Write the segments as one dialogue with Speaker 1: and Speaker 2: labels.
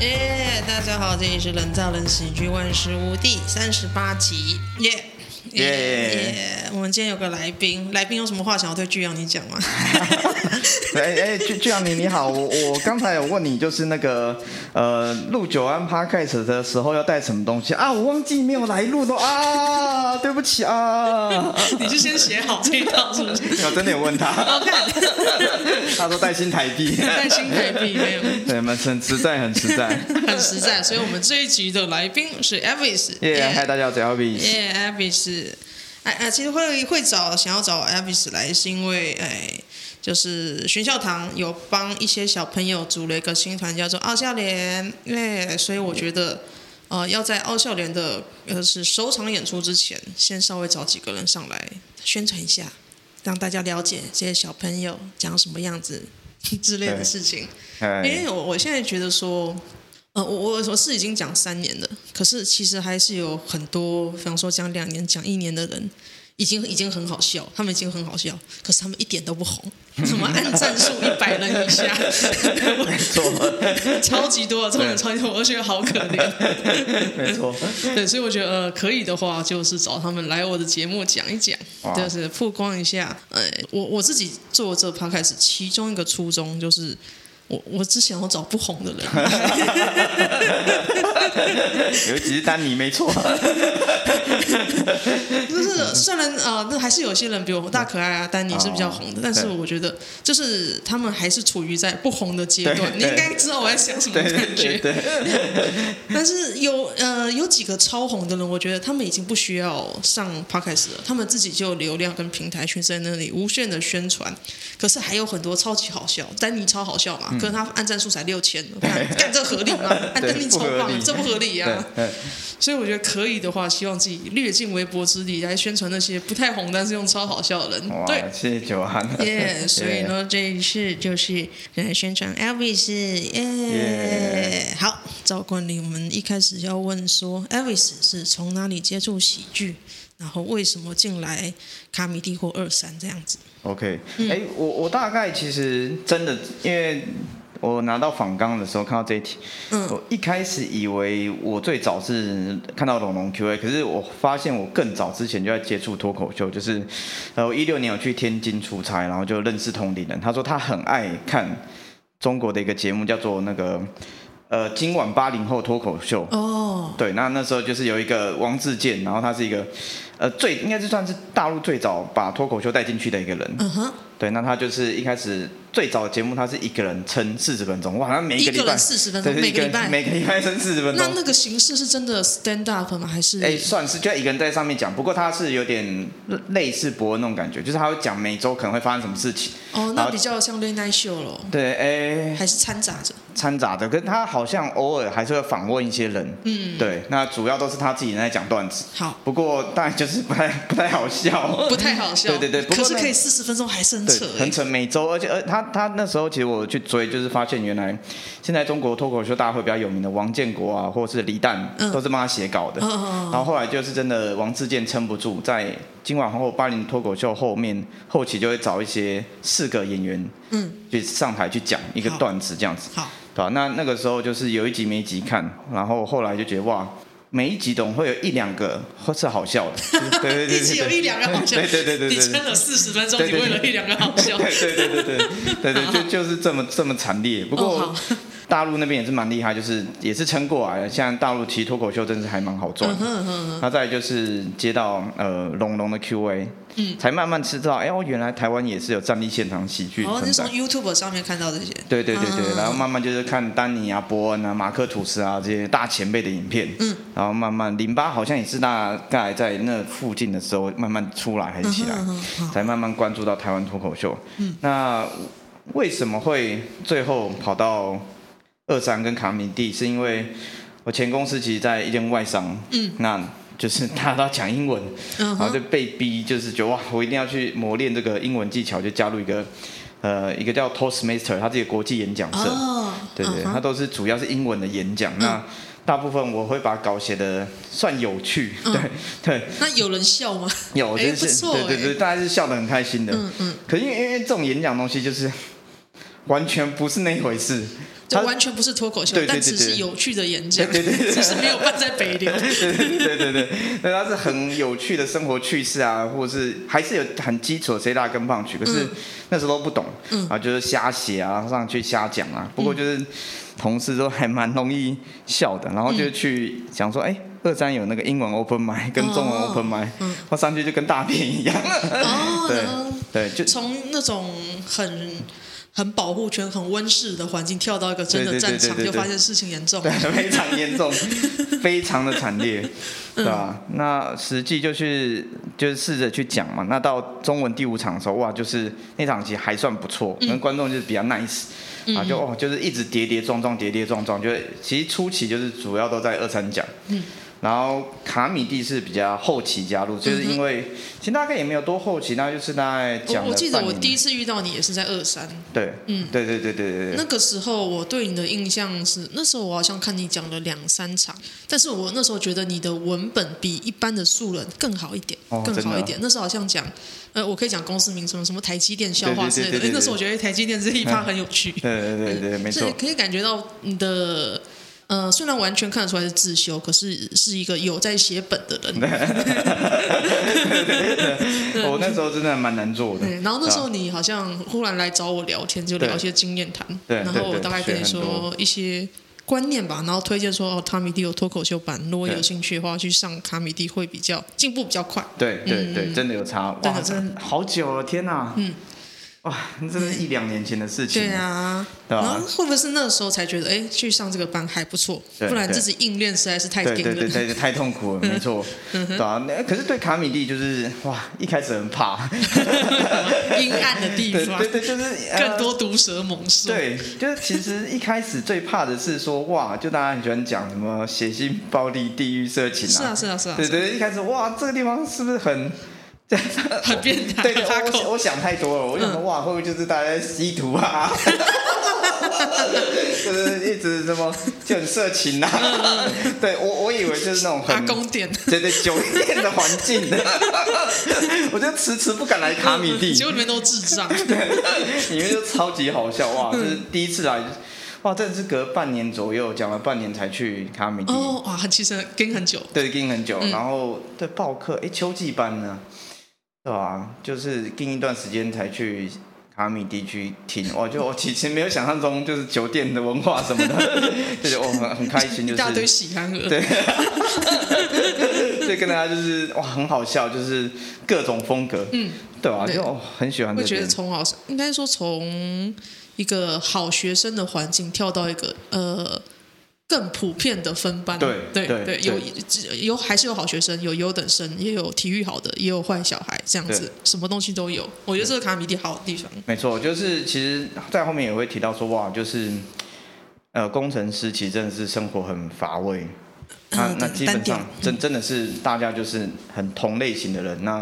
Speaker 1: 耶、哎大家好，这里是冷造冷喜剧万事屋第三十八集，耶
Speaker 2: 耶
Speaker 1: 耶！我们今天有个来宾，来宾有什么话想要对巨阳你讲吗？
Speaker 2: 哎哎，巨巨阳你你好，我我刚才有问你，就是那个呃录九安 podcast 的时候要带什么东西啊？我忘记没有来录的啊，对不起啊。
Speaker 1: 你就先写好这一套是不是？
Speaker 2: 我真的有 问他，
Speaker 1: 好看，
Speaker 2: 他说带新台币，
Speaker 1: 带新台币没有？
Speaker 2: 对，蛮很实在，很实 在。
Speaker 1: 很实在，所以我们这一集的来宾是 Avis，
Speaker 2: 耶，嗨，大家好，我是 Elvis。
Speaker 1: 耶 Avis，哎哎，其实会会找想要找 Avis 来，是因为哎，就是学校堂有帮一些小朋友组了一个新团，叫做奥校联，耶、所以我觉得。呃，要在奥校联的呃是首场演出之前，先稍微找几个人上来宣传一下，让大家了解这些小朋友长什么样子 之类的
Speaker 2: 对
Speaker 1: 事情。因
Speaker 2: 哎，
Speaker 1: 为我我现在觉得说，呃，我我我是已经讲三年了，可是其实还是有很多，比方说讲两年、讲一年的人，已经已经很好笑，他们已经很好笑，可是他们一点都不红， 什么按赞数一百人以下，
Speaker 2: 没错，
Speaker 1: 超级多，这种人超级多，我觉得好可怜。
Speaker 2: 没错。
Speaker 1: 对，所以我觉得呃，可以的话，就是找他们来我的节目讲一讲，
Speaker 2: 哇
Speaker 1: 就是曝光一下。呃，我我自己做这 p 开始，其中一个初衷就是。我我只想要找不红的人，
Speaker 2: 尤其是丹尼，没错。嗯
Speaker 1: 就是虽然呃，那还是有些人比我红大可爱啊，丹尼是比较红的，但是
Speaker 2: 对
Speaker 1: 我觉得就是他们还是处于在不红的阶段，
Speaker 2: 对
Speaker 1: 你应该知道我在想什么
Speaker 2: 对
Speaker 1: 感觉。
Speaker 2: 对对对，
Speaker 1: 但是有呃有几个超红的人，我觉得他们已经不需要上 podcast 了，他们自己就有流量跟平台去在那里无限的宣传。可是还有很多超级好笑，丹尼超好笑嘛，可是他按赞数才六千，我看干这合理吗？按
Speaker 2: 嗯 对
Speaker 1: 丹尼超
Speaker 2: 不合
Speaker 1: 棒，
Speaker 2: 理
Speaker 1: 这不合理呀、啊
Speaker 2: 对对
Speaker 1: 所以我觉得可以的话，希望自己略尽微薄之力来宣传那些不太红但是用超好笑的人。
Speaker 2: 哇
Speaker 1: 对，，
Speaker 2: 谢谢九安。
Speaker 1: 耶、所以
Speaker 2: 耶，
Speaker 1: 呢，这一次就是来宣传 Elvis，耶、好，照惯例，我们一开始要问说，Elvis 是从哪里接触喜剧，然后为什么进来卡米蒂或二三这样子？
Speaker 2: OK，哎、我我大概其实真的，因为我拿到访纲的时候看到这一题，
Speaker 1: 嗯
Speaker 2: 我一开始以为我最早是看到龙龙 QA，可是我发现我更早之前就在接触脱口秀，就是呃，我一六年有去天津出差，然后就认识同龄人，他说他很爱看中国的一个节目，叫做那个呃，今晚八零后脱口秀。
Speaker 1: 哦，
Speaker 2: 对，那那时候就是有一个王自健，然后他是一个，呃，最应该是算是大陆最早把脱口秀带进去的一个人。
Speaker 1: 嗯哼，
Speaker 2: 对，那他就是一开始最早的节目，他是一个人撑四十分钟，哇，他每
Speaker 1: 一
Speaker 2: 个
Speaker 1: 个
Speaker 2: 礼拜
Speaker 1: 人四十分
Speaker 2: 对
Speaker 1: 钟，
Speaker 2: 是
Speaker 1: 每
Speaker 2: 一
Speaker 1: 个
Speaker 2: 个
Speaker 1: 礼拜。
Speaker 2: 每个礼拜撑四十分
Speaker 1: 那
Speaker 2: 钟。
Speaker 1: 那个形式是真的 stand up 吗？还是？
Speaker 2: 哎、算是就一个人在上面讲，不过他是有点类似博恩那种感觉，就是他会讲每周可能会发生什么事情。
Speaker 1: 哦，
Speaker 2: 然
Speaker 1: 那
Speaker 2: 后
Speaker 1: 比较像 late night show 咯，
Speaker 2: 对，哎、
Speaker 1: 还是掺杂着？
Speaker 2: 掺杂的，跟他好像偶尔还是会访问一些人。嗯，对，那主要都是他自己人在讲段子，
Speaker 1: 好，
Speaker 2: 不过当然就是不太不太好笑。
Speaker 1: 不太好笑。
Speaker 2: 嗯对对对不
Speaker 1: 可
Speaker 2: 过
Speaker 1: 是
Speaker 2: 那
Speaker 1: 可以四十分钟，还是很
Speaker 2: 对
Speaker 1: 扯，欸
Speaker 2: 很扯。每周，而且而他他那时候其实我去追，就是发现原来现在中国脱口秀大会比较有名的王建国啊，或者是李诞，
Speaker 1: 嗯
Speaker 2: 都是帮他写稿的。
Speaker 1: 哦哦哦
Speaker 2: 然后后来就是真的王自健撑不住，在今晚后八零脱口秀后面后期就会找一些四个演员
Speaker 1: 嗯，
Speaker 2: 去上台去讲一个
Speaker 1: 好
Speaker 2: 段子这样子，
Speaker 1: 好，
Speaker 2: 对吧、那那个时候就是有一集没一集看，然后后来就觉得哇。每一集总会有一两个是好笑的， 对对对对对，
Speaker 1: 一集有一两个好笑，
Speaker 2: 对对对对对
Speaker 1: 你撑了四十分钟，
Speaker 2: 对
Speaker 1: 你
Speaker 2: 对
Speaker 1: 为
Speaker 2: 对
Speaker 1: 了一两个好笑，
Speaker 2: 对对对对 对对，就就是这么这么惨烈。不
Speaker 1: 哦
Speaker 2: 过
Speaker 1: 好
Speaker 2: 大陆那边也是蛮厉害，就是也是撑过来了。现在大陆其实脱口秀真是还蛮好
Speaker 1: 嗯
Speaker 2: 赚的。
Speaker 1: 哼哼哼，
Speaker 2: 那再来就是接到呃龙龙的 Q&A，嗯，才慢慢知道，哎、哦，原来台湾也是有站立现场喜剧
Speaker 1: 哦，
Speaker 2: 存
Speaker 1: 你是
Speaker 2: 在
Speaker 1: 从。YouTube 上面看到这些，
Speaker 2: 对对对对，
Speaker 1: 嗯
Speaker 2: 然后慢慢就是看丹尼啊、伯恩啊、马克吐斯啊这些大前辈的影片，
Speaker 1: 嗯，
Speaker 2: 然后慢慢零八好像也是大概在那附近的时候慢慢出来还是起来，
Speaker 1: 嗯哼嗯哼好
Speaker 2: 才慢慢关注到台湾脱口秀。嗯，那为什么会最后跑到二三跟卡米蒂？是因为我前公司其实在一间外商，嗯，那就是大家都要讲英文，
Speaker 1: 嗯
Speaker 2: 然后
Speaker 1: 哼，
Speaker 2: 就被逼，就是觉得哇，我一定要去磨练这个英文技巧，就加入一个呃一个叫 Toastmaster，它这个国际演讲社，
Speaker 1: 哦，
Speaker 2: 对对，
Speaker 1: 嗯哼嗯
Speaker 2: 它都是主要是英文的演讲。那大部分我会把稿写的算有趣，对对，
Speaker 1: 那有人笑吗？
Speaker 2: 有
Speaker 1: 嗯哎
Speaker 2: 就
Speaker 1: 不
Speaker 2: 是
Speaker 1: 错
Speaker 2: 对对
Speaker 1: 哎
Speaker 2: 对，大家是笑得很开心的。
Speaker 1: 嗯嗯，
Speaker 2: 可是因为因为这种演讲东西就是完全不是那一回事，
Speaker 1: 就
Speaker 2: 他
Speaker 1: 完全不是脱口秀，
Speaker 2: 对对
Speaker 1: 但
Speaker 2: 对
Speaker 1: 只是
Speaker 2: 对
Speaker 1: 有趣的演讲，
Speaker 2: 对对对对
Speaker 1: 只是没有办在北 流。
Speaker 2: 对对对，那它是很有趣的生活趣事啊，或者是还是有很基础的 C 大跟棒曲，可
Speaker 1: 嗯
Speaker 2: 是那时候都不懂，啊，就是瞎写啊，上去瞎讲啊。不过
Speaker 1: 嗯
Speaker 2: 就是同事都还蛮容易笑的，然后
Speaker 1: 嗯
Speaker 2: 就去想说，哎、二三有那个英文 open m i 跟中文
Speaker 1: 哦
Speaker 2: open m i 我上去就跟大便一样。 对
Speaker 1: 哦，
Speaker 2: 对，就
Speaker 1: 从那种很很保护圈、很温室的环境跳到一个真的
Speaker 2: 对对
Speaker 1: 战
Speaker 2: 对
Speaker 1: 场，
Speaker 2: 对
Speaker 1: 就
Speaker 2: 对
Speaker 1: 发现事情严重
Speaker 2: 对。， 非常严重，非常的 惨烈，
Speaker 1: 嗯
Speaker 2: 对吧、那实际就去就是试着去讲嘛。那到中文第五场的时候，哇，就是那场其实还算不错，
Speaker 1: 嗯
Speaker 2: 可能观众就是比较 nice、啊，就哦，就是一直跌跌撞撞，跌跌撞撞，就是其实初期就是主要都在二三讲。
Speaker 1: 嗯
Speaker 2: 然后卡米蒂是比较后期加入，就是因为、其实大概也没有多后期，那就是大概讲
Speaker 1: 我
Speaker 2: 了
Speaker 1: 我记得
Speaker 2: 半
Speaker 1: 我
Speaker 2: 年
Speaker 1: 第一次遇到你也是在二三，
Speaker 2: 对，
Speaker 1: 嗯
Speaker 2: 对对对对对对
Speaker 1: 那个时候我对你的印象是，那时候我好像看你讲了两三场，但是我那时候觉得你的文本比一般的素人更好一点，
Speaker 2: 哦
Speaker 1: 更
Speaker 2: 真的
Speaker 1: 好
Speaker 2: 啊
Speaker 1: 一点。那时候好像讲，呃，我可以讲公司名称，什么台积电笑话
Speaker 2: 对对
Speaker 1: 之类的。
Speaker 2: 对对对
Speaker 1: 诶那时候我觉得台积电这一趴很有趣，
Speaker 2: 对对对对，没
Speaker 1: 所
Speaker 2: 错
Speaker 1: 以。可以感觉到你的。呃，虽然完全看得出来是自修，可是是一个有在写本的人。
Speaker 2: 我那时候真的蛮难做的
Speaker 1: 对，。嗯然后那时候
Speaker 2: 啊
Speaker 1: 你好像忽然来找我聊天，就聊一些经验谈。
Speaker 2: 对
Speaker 1: 然
Speaker 2: 对
Speaker 1: 后我
Speaker 2: 对
Speaker 1: 大概跟你
Speaker 2: 学很
Speaker 1: 说
Speaker 2: 多
Speaker 1: 一些观念吧，然后推荐说哦，汤米蒂有脱口秀版，如果有
Speaker 2: 对
Speaker 1: 兴趣的话，去上卡米蒂会比较进步比较快。
Speaker 2: 对对对，真的有差，
Speaker 1: 真的
Speaker 2: 哇，真的好久了，天哪！嗯，哇，那真的是一两年前的事情。
Speaker 1: 对，啊，
Speaker 2: 对啊
Speaker 1: 然后会不会是那时候才觉得，哎，去上这个班还不错，
Speaker 2: 对
Speaker 1: 不然
Speaker 2: 对
Speaker 1: 自己硬练实在是太
Speaker 2: 对
Speaker 1: 硬
Speaker 2: 对对
Speaker 1: 了。嗯
Speaker 2: 对，太痛苦了，没 错，对啊。那可是对卡米蒂就是哇，一开始很 怕，
Speaker 1: 阴暗的地
Speaker 2: 对
Speaker 1: 方
Speaker 2: 对，对，就是呃
Speaker 1: 更多毒蛇猛兽。
Speaker 2: 对，就是其实一开始最怕的是说哇，就大家很喜欢讲什么血腥、暴力、地狱、色情
Speaker 1: 是啊
Speaker 2: 啊，
Speaker 1: 是啊是啊，
Speaker 2: 对对，对一开始哇，这个地方是不是很？
Speaker 1: 很变 态，
Speaker 2: 对对，
Speaker 1: 哈
Speaker 2: 我想
Speaker 1: 口。
Speaker 2: 我想太多了，我
Speaker 1: 嗯
Speaker 2: 想说哇，会不会就是大家在吸毒啊？ 就是一直什么就很色情啊？ 对我我以为就是那种
Speaker 1: 嗯阿
Speaker 2: 很
Speaker 1: 公店，
Speaker 2: 对对酒店的 环境，我就迟迟不敢来卡米蒂，
Speaker 1: 结果里面都智 障，
Speaker 2: 里面就超级好笑哇！
Speaker 1: 嗯
Speaker 2: 就是第一次来，哇，真的是隔半年左右，讲了半年才去卡米蒂。
Speaker 1: 哦哇，很其实跟很久，
Speaker 2: 对，盯很久，
Speaker 1: 嗯
Speaker 2: 然后对报课，哎，秋季班呢，对吧、就是盯一段时间才去卡米地区听，我就我其实没有想象中就是酒店的文化 什么的，就是我很很开心，
Speaker 1: 一
Speaker 2: 就
Speaker 1: 大堆
Speaker 2: 是
Speaker 1: 喜憨儿，
Speaker 2: 对对跟大家就是哇很好笑，就是各种风格，
Speaker 1: 嗯，
Speaker 2: 对吧、
Speaker 1: 对
Speaker 2: 就哦很喜欢
Speaker 1: 会
Speaker 2: 这
Speaker 1: 觉得
Speaker 2: 边，
Speaker 1: 从好，应该说从一个好学生的环境跳到一个呃。更普遍的分班，
Speaker 2: 对
Speaker 1: 对
Speaker 2: 对对
Speaker 1: 有有还是有好学生，有优等生，也有体育好的，也有坏小孩，这样子
Speaker 2: 对，
Speaker 1: 什么东西都有。我觉得这个卡米蒂好的地方，
Speaker 2: 没错，就是其实在后面也会提到说哇，就是呃工程师其实真的是生活很乏味，那
Speaker 1: 嗯
Speaker 2: 那基本
Speaker 1: 单调
Speaker 2: 上真真的是大家就是很同类型的人，那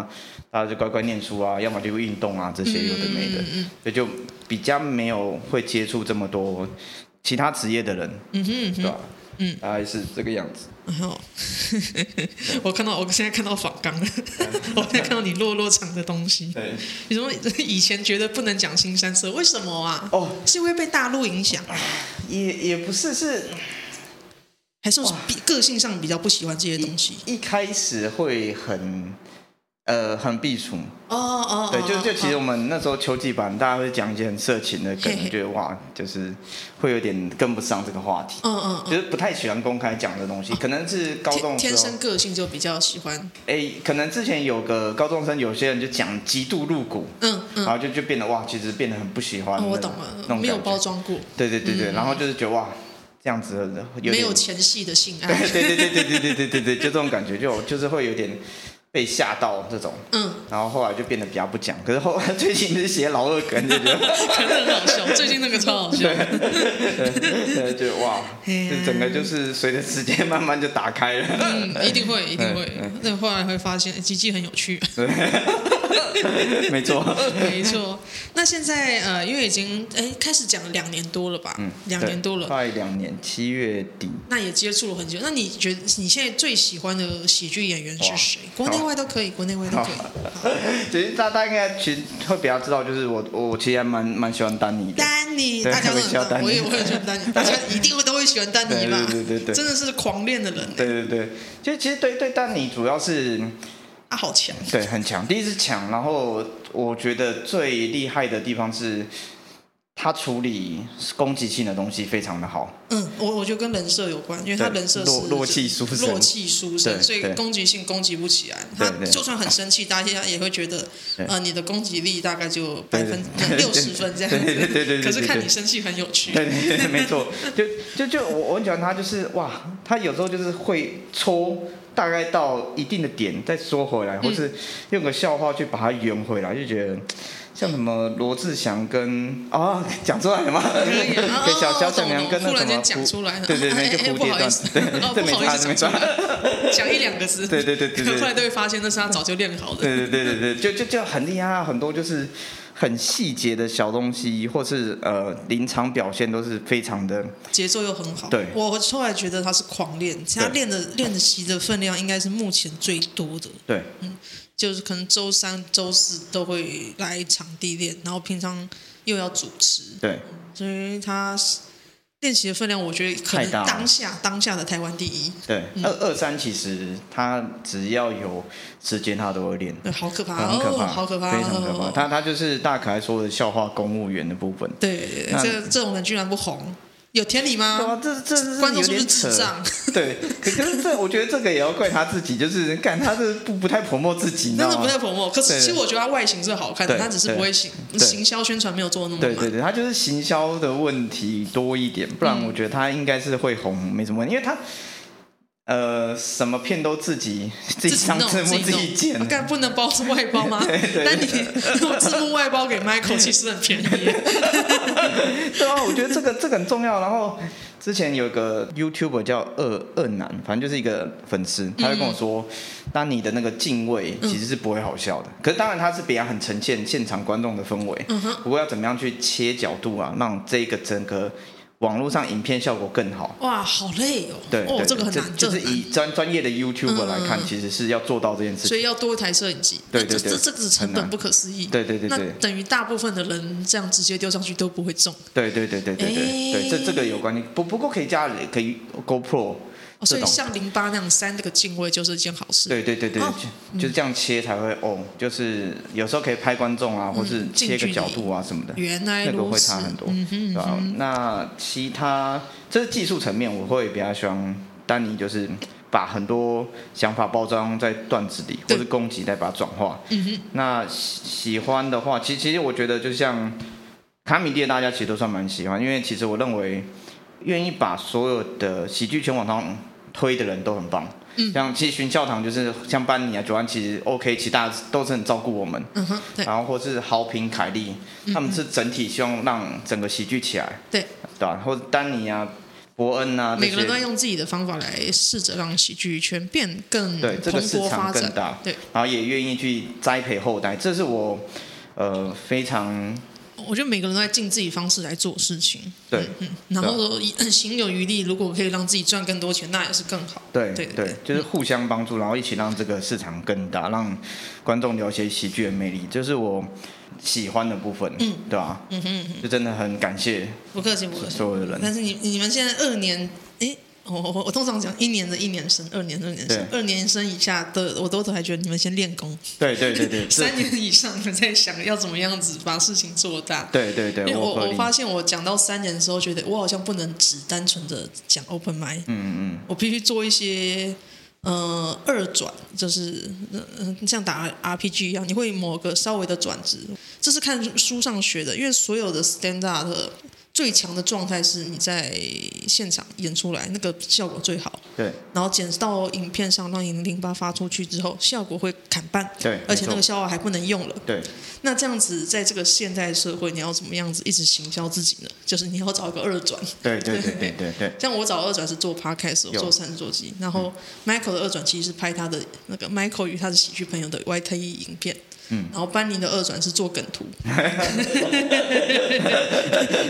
Speaker 2: 大家就乖乖念书啊，要么就运动啊，这些有的没
Speaker 1: 嗯
Speaker 2: 的，所以就比较没有会接触这么多其他职业的人，
Speaker 1: 嗯哼嗯哼，
Speaker 2: 对吧？嗯，大概是这个样子。
Speaker 1: 然后 我看到，我现在看到仿纲了， 我现在看到你落落长的东西。
Speaker 2: 对，
Speaker 1: 你说以前觉得不能讲新三色，为什么啊？
Speaker 2: 哦，
Speaker 1: 是因为被大陆影响，
Speaker 2: 也也不是是
Speaker 1: 还是我比个性上比较不喜欢这些东西？
Speaker 2: 一开始会很呃很避暑，
Speaker 1: 哦哦，哦
Speaker 2: 对，就就其实我
Speaker 1: 哦
Speaker 2: 们那时候秋季版，大家会讲一些很色情的
Speaker 1: 嘿嘿
Speaker 2: 梗，觉得哇，就是会有点跟不上这个话题。
Speaker 1: 嗯嗯
Speaker 2: 就是不太喜欢公开讲的东西，可能是高
Speaker 1: 嗯，
Speaker 2: 中
Speaker 1: 天
Speaker 2: 的时
Speaker 1: 天
Speaker 2: 候
Speaker 1: 生，个性就比较喜欢，
Speaker 2: 哎、可能之前有个高中生，有些人就讲极度露骨，
Speaker 1: 嗯嗯，
Speaker 2: 然后就就变得哇，其实变得很不喜欢、
Speaker 1: 哦我懂
Speaker 2: 那
Speaker 1: 了，
Speaker 2: 种
Speaker 1: 没有
Speaker 2: 感觉
Speaker 1: 包，装过，
Speaker 2: 对对对对，然后就是觉得哇，这样子有
Speaker 1: 没
Speaker 2: 点
Speaker 1: 有 前戏的性爱，
Speaker 2: 对对对对对对对对对，就这种感觉，就就是会有点被吓到这种，
Speaker 1: 嗯，
Speaker 2: 然后后来就变得比较不讲，可是后最近是写老二梗，就觉得。
Speaker 1: 可能很好笑，最近那个超好笑，
Speaker 2: 对，就哇，
Speaker 1: 嘿呀
Speaker 2: 就整个就是随着时间慢慢就打开了。
Speaker 1: 嗯，一定会一定会
Speaker 2: 嗯，
Speaker 1: 那后来会发现吉吉很有 趣。
Speaker 2: 没错，
Speaker 1: 没错，那现在呃，因为已经哎开始讲了两年多了吧，两年多
Speaker 2: 嗯对
Speaker 1: 了，
Speaker 2: 快两年，七月底。
Speaker 1: 那也接触了很久。那你觉得你现在最喜欢的喜剧演员是谁？国内外都可以，国内外都可以。好
Speaker 2: 其实大大家应该其实会比较知道，就是我我我其实还蛮蛮喜欢丹尼的。
Speaker 1: 丹尼，
Speaker 2: 对
Speaker 1: 大家都
Speaker 2: 我也
Speaker 1: 很
Speaker 2: 喜欢
Speaker 1: 棒
Speaker 2: 丹尼
Speaker 1: 我也我也喜欢丹尼，大 家一定会都会喜欢丹尼吧？
Speaker 2: 对对对对对
Speaker 1: 真的是狂恋的人
Speaker 2: 对对对，其实其实对对丹尼主要是
Speaker 1: 啊，好强！
Speaker 2: 对很强，第一是强，然后我觉得最厉害的地方是。他处理攻击性的东西非常的好，
Speaker 1: 嗯，我我觉得跟人设有关，因为他
Speaker 2: 对
Speaker 1: 人设
Speaker 2: 弱
Speaker 1: 是
Speaker 2: 弱气书生
Speaker 1: 弱气书
Speaker 2: 对
Speaker 1: 生，所以
Speaker 2: 对
Speaker 1: 攻击性攻击不起来。他
Speaker 2: 对对
Speaker 1: 就算很生气，大家也会觉得
Speaker 2: 对，
Speaker 1: 呃，你的攻击力大概就
Speaker 2: 对
Speaker 1: 百分
Speaker 2: 对对
Speaker 1: 六十分这样子。
Speaker 2: 对对对对对
Speaker 1: 可是看
Speaker 2: 对
Speaker 1: 你生气很有趣。
Speaker 2: 对对对，没错，就就就我我很喜欢他，就是哇，他有时候就是会戳大概到一定的点再缩回来，或是
Speaker 1: 嗯
Speaker 2: 用个笑话去把它圆回来，就觉得像什么罗志祥跟啊讲出来了吗？
Speaker 1: 可以啊，
Speaker 2: 小小
Speaker 1: 哦
Speaker 2: 沈阳跟那
Speaker 1: 突
Speaker 2: 什
Speaker 1: 然
Speaker 2: 么
Speaker 1: 间讲出来了，
Speaker 2: 对对 对，
Speaker 1: 哎
Speaker 2: 就
Speaker 1: 哎
Speaker 2: 蝴
Speaker 1: 不
Speaker 2: 蝶
Speaker 1: 好意
Speaker 2: 段
Speaker 1: 思，，
Speaker 2: 对，
Speaker 1: 哦
Speaker 2: 这
Speaker 1: 不
Speaker 2: 没
Speaker 1: 好意
Speaker 2: 差，
Speaker 1: 思
Speaker 2: 这
Speaker 1: 讲
Speaker 2: 没
Speaker 1: 出
Speaker 2: 差。
Speaker 1: 来，讲一两个字，
Speaker 2: 对对对 对对
Speaker 1: 后来都会发现那是他早就练好的，
Speaker 2: 对对对对对，就就就很厉害啊，很多就是很细节的小东西，或是呃临场表现都是非常的，
Speaker 1: 节奏又很好。
Speaker 2: 对
Speaker 1: 我后来觉得他是狂练，他练的练习的分量应该是目前最多的，
Speaker 2: 对
Speaker 1: 就是可能周三、周四都会来场地练，然后平常又要主持，
Speaker 2: 对
Speaker 1: 所以他练习的分量，我觉得可
Speaker 2: 太
Speaker 1: 能
Speaker 2: 大了
Speaker 1: 当下当下的台湾第一，
Speaker 2: 对。二二三其实他只要有时间他都会练。
Speaker 1: 呃好可怕，
Speaker 2: 很可怕，
Speaker 1: 哦，好可怕，
Speaker 2: 非常可怕。
Speaker 1: 哦
Speaker 2: 他他就是大可爱说的笑话公务员的部分。
Speaker 1: 对，
Speaker 2: 那
Speaker 1: 这这种人居然不红，有天理
Speaker 2: 对啊
Speaker 1: 吗？，
Speaker 2: 这这这
Speaker 1: 观众
Speaker 2: 有
Speaker 1: 是不
Speaker 2: 点
Speaker 1: 是
Speaker 2: 扯
Speaker 1: 智。障？
Speaker 2: 对，可可是这我觉得这个也要怪他自己，就是干他这不不太 promote 自己，你知
Speaker 1: 真
Speaker 2: 道
Speaker 1: 的不
Speaker 2: 吗
Speaker 1: 太？捧我，可是
Speaker 2: 对
Speaker 1: 其实我觉得他外形是好看的，
Speaker 2: 对
Speaker 1: 他只是不会行
Speaker 2: 对对
Speaker 1: 行销宣传没有做得那
Speaker 2: 对
Speaker 1: 么
Speaker 2: 对
Speaker 1: 满。
Speaker 2: 对，他就是行销的问题多一点，不然
Speaker 1: 嗯
Speaker 2: 我觉得他应该是会红，没什么问题，因为他呃什么片都自己自己上
Speaker 1: 弄
Speaker 2: 字幕
Speaker 1: 自
Speaker 2: 自己
Speaker 1: 己
Speaker 2: 剪
Speaker 1: 弄，啊，干不能 包是外包吗？
Speaker 2: 对
Speaker 1: 但你 字幕外包给 Michael 其实很便宜，
Speaker 2: 对啊，我觉得这个这个很重要。然后之前有一个 YouTuber 叫二二男，反正就是一个粉丝，
Speaker 1: 嗯
Speaker 2: 他就跟我说，当你的那个敬畏其实是不会好笑的。可是当然他是比较很呈现现场观众的氛围，
Speaker 1: 嗯
Speaker 2: 不过要怎么样去切角度啊，让这个整个网络上影片效果更好。
Speaker 1: 哇，好累哦。
Speaker 2: 对，
Speaker 1: 哦
Speaker 2: 对，
Speaker 1: 这个很
Speaker 2: 就
Speaker 1: 难，这
Speaker 2: 就
Speaker 1: 个
Speaker 2: 是
Speaker 1: 很难嗯
Speaker 2: 以专专业的 YouTuber 来看，其实是要做到这件事
Speaker 1: 所
Speaker 2: 情。
Speaker 1: 以要多一台摄影机。
Speaker 2: 对
Speaker 1: 那这
Speaker 2: 对对
Speaker 1: 这这个成
Speaker 2: 很
Speaker 1: 本
Speaker 2: 难
Speaker 1: 不可思议。
Speaker 2: 对对对
Speaker 1: 那
Speaker 2: 对
Speaker 1: 等于大部分的人这样直接丢上去都不会中，
Speaker 2: 对对对对对对对，
Speaker 1: 哎
Speaker 2: 这这个有关系。不不过可以加可以 GoPro
Speaker 1: 哦
Speaker 2: 这
Speaker 1: 所以
Speaker 2: 种。
Speaker 1: 像零八那样三这个敬畏就是一件好事。
Speaker 2: 对对对对，
Speaker 1: 哦
Speaker 2: 就就是这样切才会哦，就是有时候可以拍观众啊，或
Speaker 1: 嗯
Speaker 2: 是切个角度啊什么的，
Speaker 1: 原来
Speaker 2: 那个
Speaker 1: 如
Speaker 2: 会
Speaker 1: 此，
Speaker 2: 差很多，对吧？那其他这是技术层面，我会比较喜欢丹尼，就是把很多想法包装在段子里，或
Speaker 1: 对
Speaker 2: 是攻击再把它转化。那喜喜欢的话，其其实我觉得就像卡米蒂，大家其实都算蛮喜欢，因为其实我认为愿意把所有的喜剧全往上推的人都很棒。像其实寻教堂就是像班尼啊、九安，其实 OK，其实大家都是很照顾我们。
Speaker 1: 嗯哼，对嗯
Speaker 2: 然后或是豪平、凯利，他们是整体希望让整个喜剧起来，
Speaker 1: 对，
Speaker 2: 对吧、或者丹尼啊、伯恩啊这
Speaker 1: 每个人都要
Speaker 2: 些，
Speaker 1: 用自己的方法来试着让喜剧圈变更
Speaker 2: 对这
Speaker 1: 蓬
Speaker 2: 个市
Speaker 1: 勃
Speaker 2: 场
Speaker 1: 发
Speaker 2: 更
Speaker 1: 展。
Speaker 2: 大，
Speaker 1: 对，
Speaker 2: 然后也愿意去栽培后代，这是我呃非常
Speaker 1: 我觉得每个人都在尽自己方式来做事情，嗯
Speaker 2: 对啊
Speaker 1: 然后以 行有余力，如果可以让自己赚更多钱，那也是更好。
Speaker 2: 对
Speaker 1: 对
Speaker 2: 对，就是互相帮助，然后一起让这个市场更大，让观众了解喜剧的魅力，这是我喜欢的部分，嗯，对吧、嗯哼就真的很感谢
Speaker 1: 不客气，不客气。
Speaker 2: 所有的人，
Speaker 1: 但是你你们现在二年，诶，我我我通常讲一年的一年生，二年的二年生，
Speaker 2: 对
Speaker 1: 二年生以下的我都还觉得你们先练功，
Speaker 2: 对对对对，这
Speaker 1: 三年以上你们在想要怎么样子把事情做大。
Speaker 2: 对对
Speaker 1: 因
Speaker 2: 对，
Speaker 1: 为我
Speaker 2: 合
Speaker 1: 我
Speaker 2: 理，
Speaker 1: 发现我讲到三年的时候，觉得我好像不能只单纯的讲 open m i d
Speaker 2: 嗯嗯，
Speaker 1: 我必须做一些呃二转，就是嗯、呃像打 RPG 一样，你会某个稍微的转职，这是看书上学的，因为所有的 stand up 的最强的状态是你在现场演出来，那个效果最好。
Speaker 2: 对
Speaker 1: 然后剪到影片上，让零零八发出去之后，效果会砍半，
Speaker 2: 对，
Speaker 1: 而且那个
Speaker 2: 没错
Speaker 1: 笑话还不能用了。
Speaker 2: 对。
Speaker 1: 那这样子，在这个现代社会，你要怎么样子一直行销自己呢？就是你要找一个二转，
Speaker 2: 对对对对对 对
Speaker 1: 像我找二转是做 podcast，我
Speaker 2: 有嗯
Speaker 1: 做三十多集，然后 Michael 的二转其实是拍他的那个 Michael 与他的喜剧朋友的 YT 影片，嗯，然后班尼的二转是做梗 图，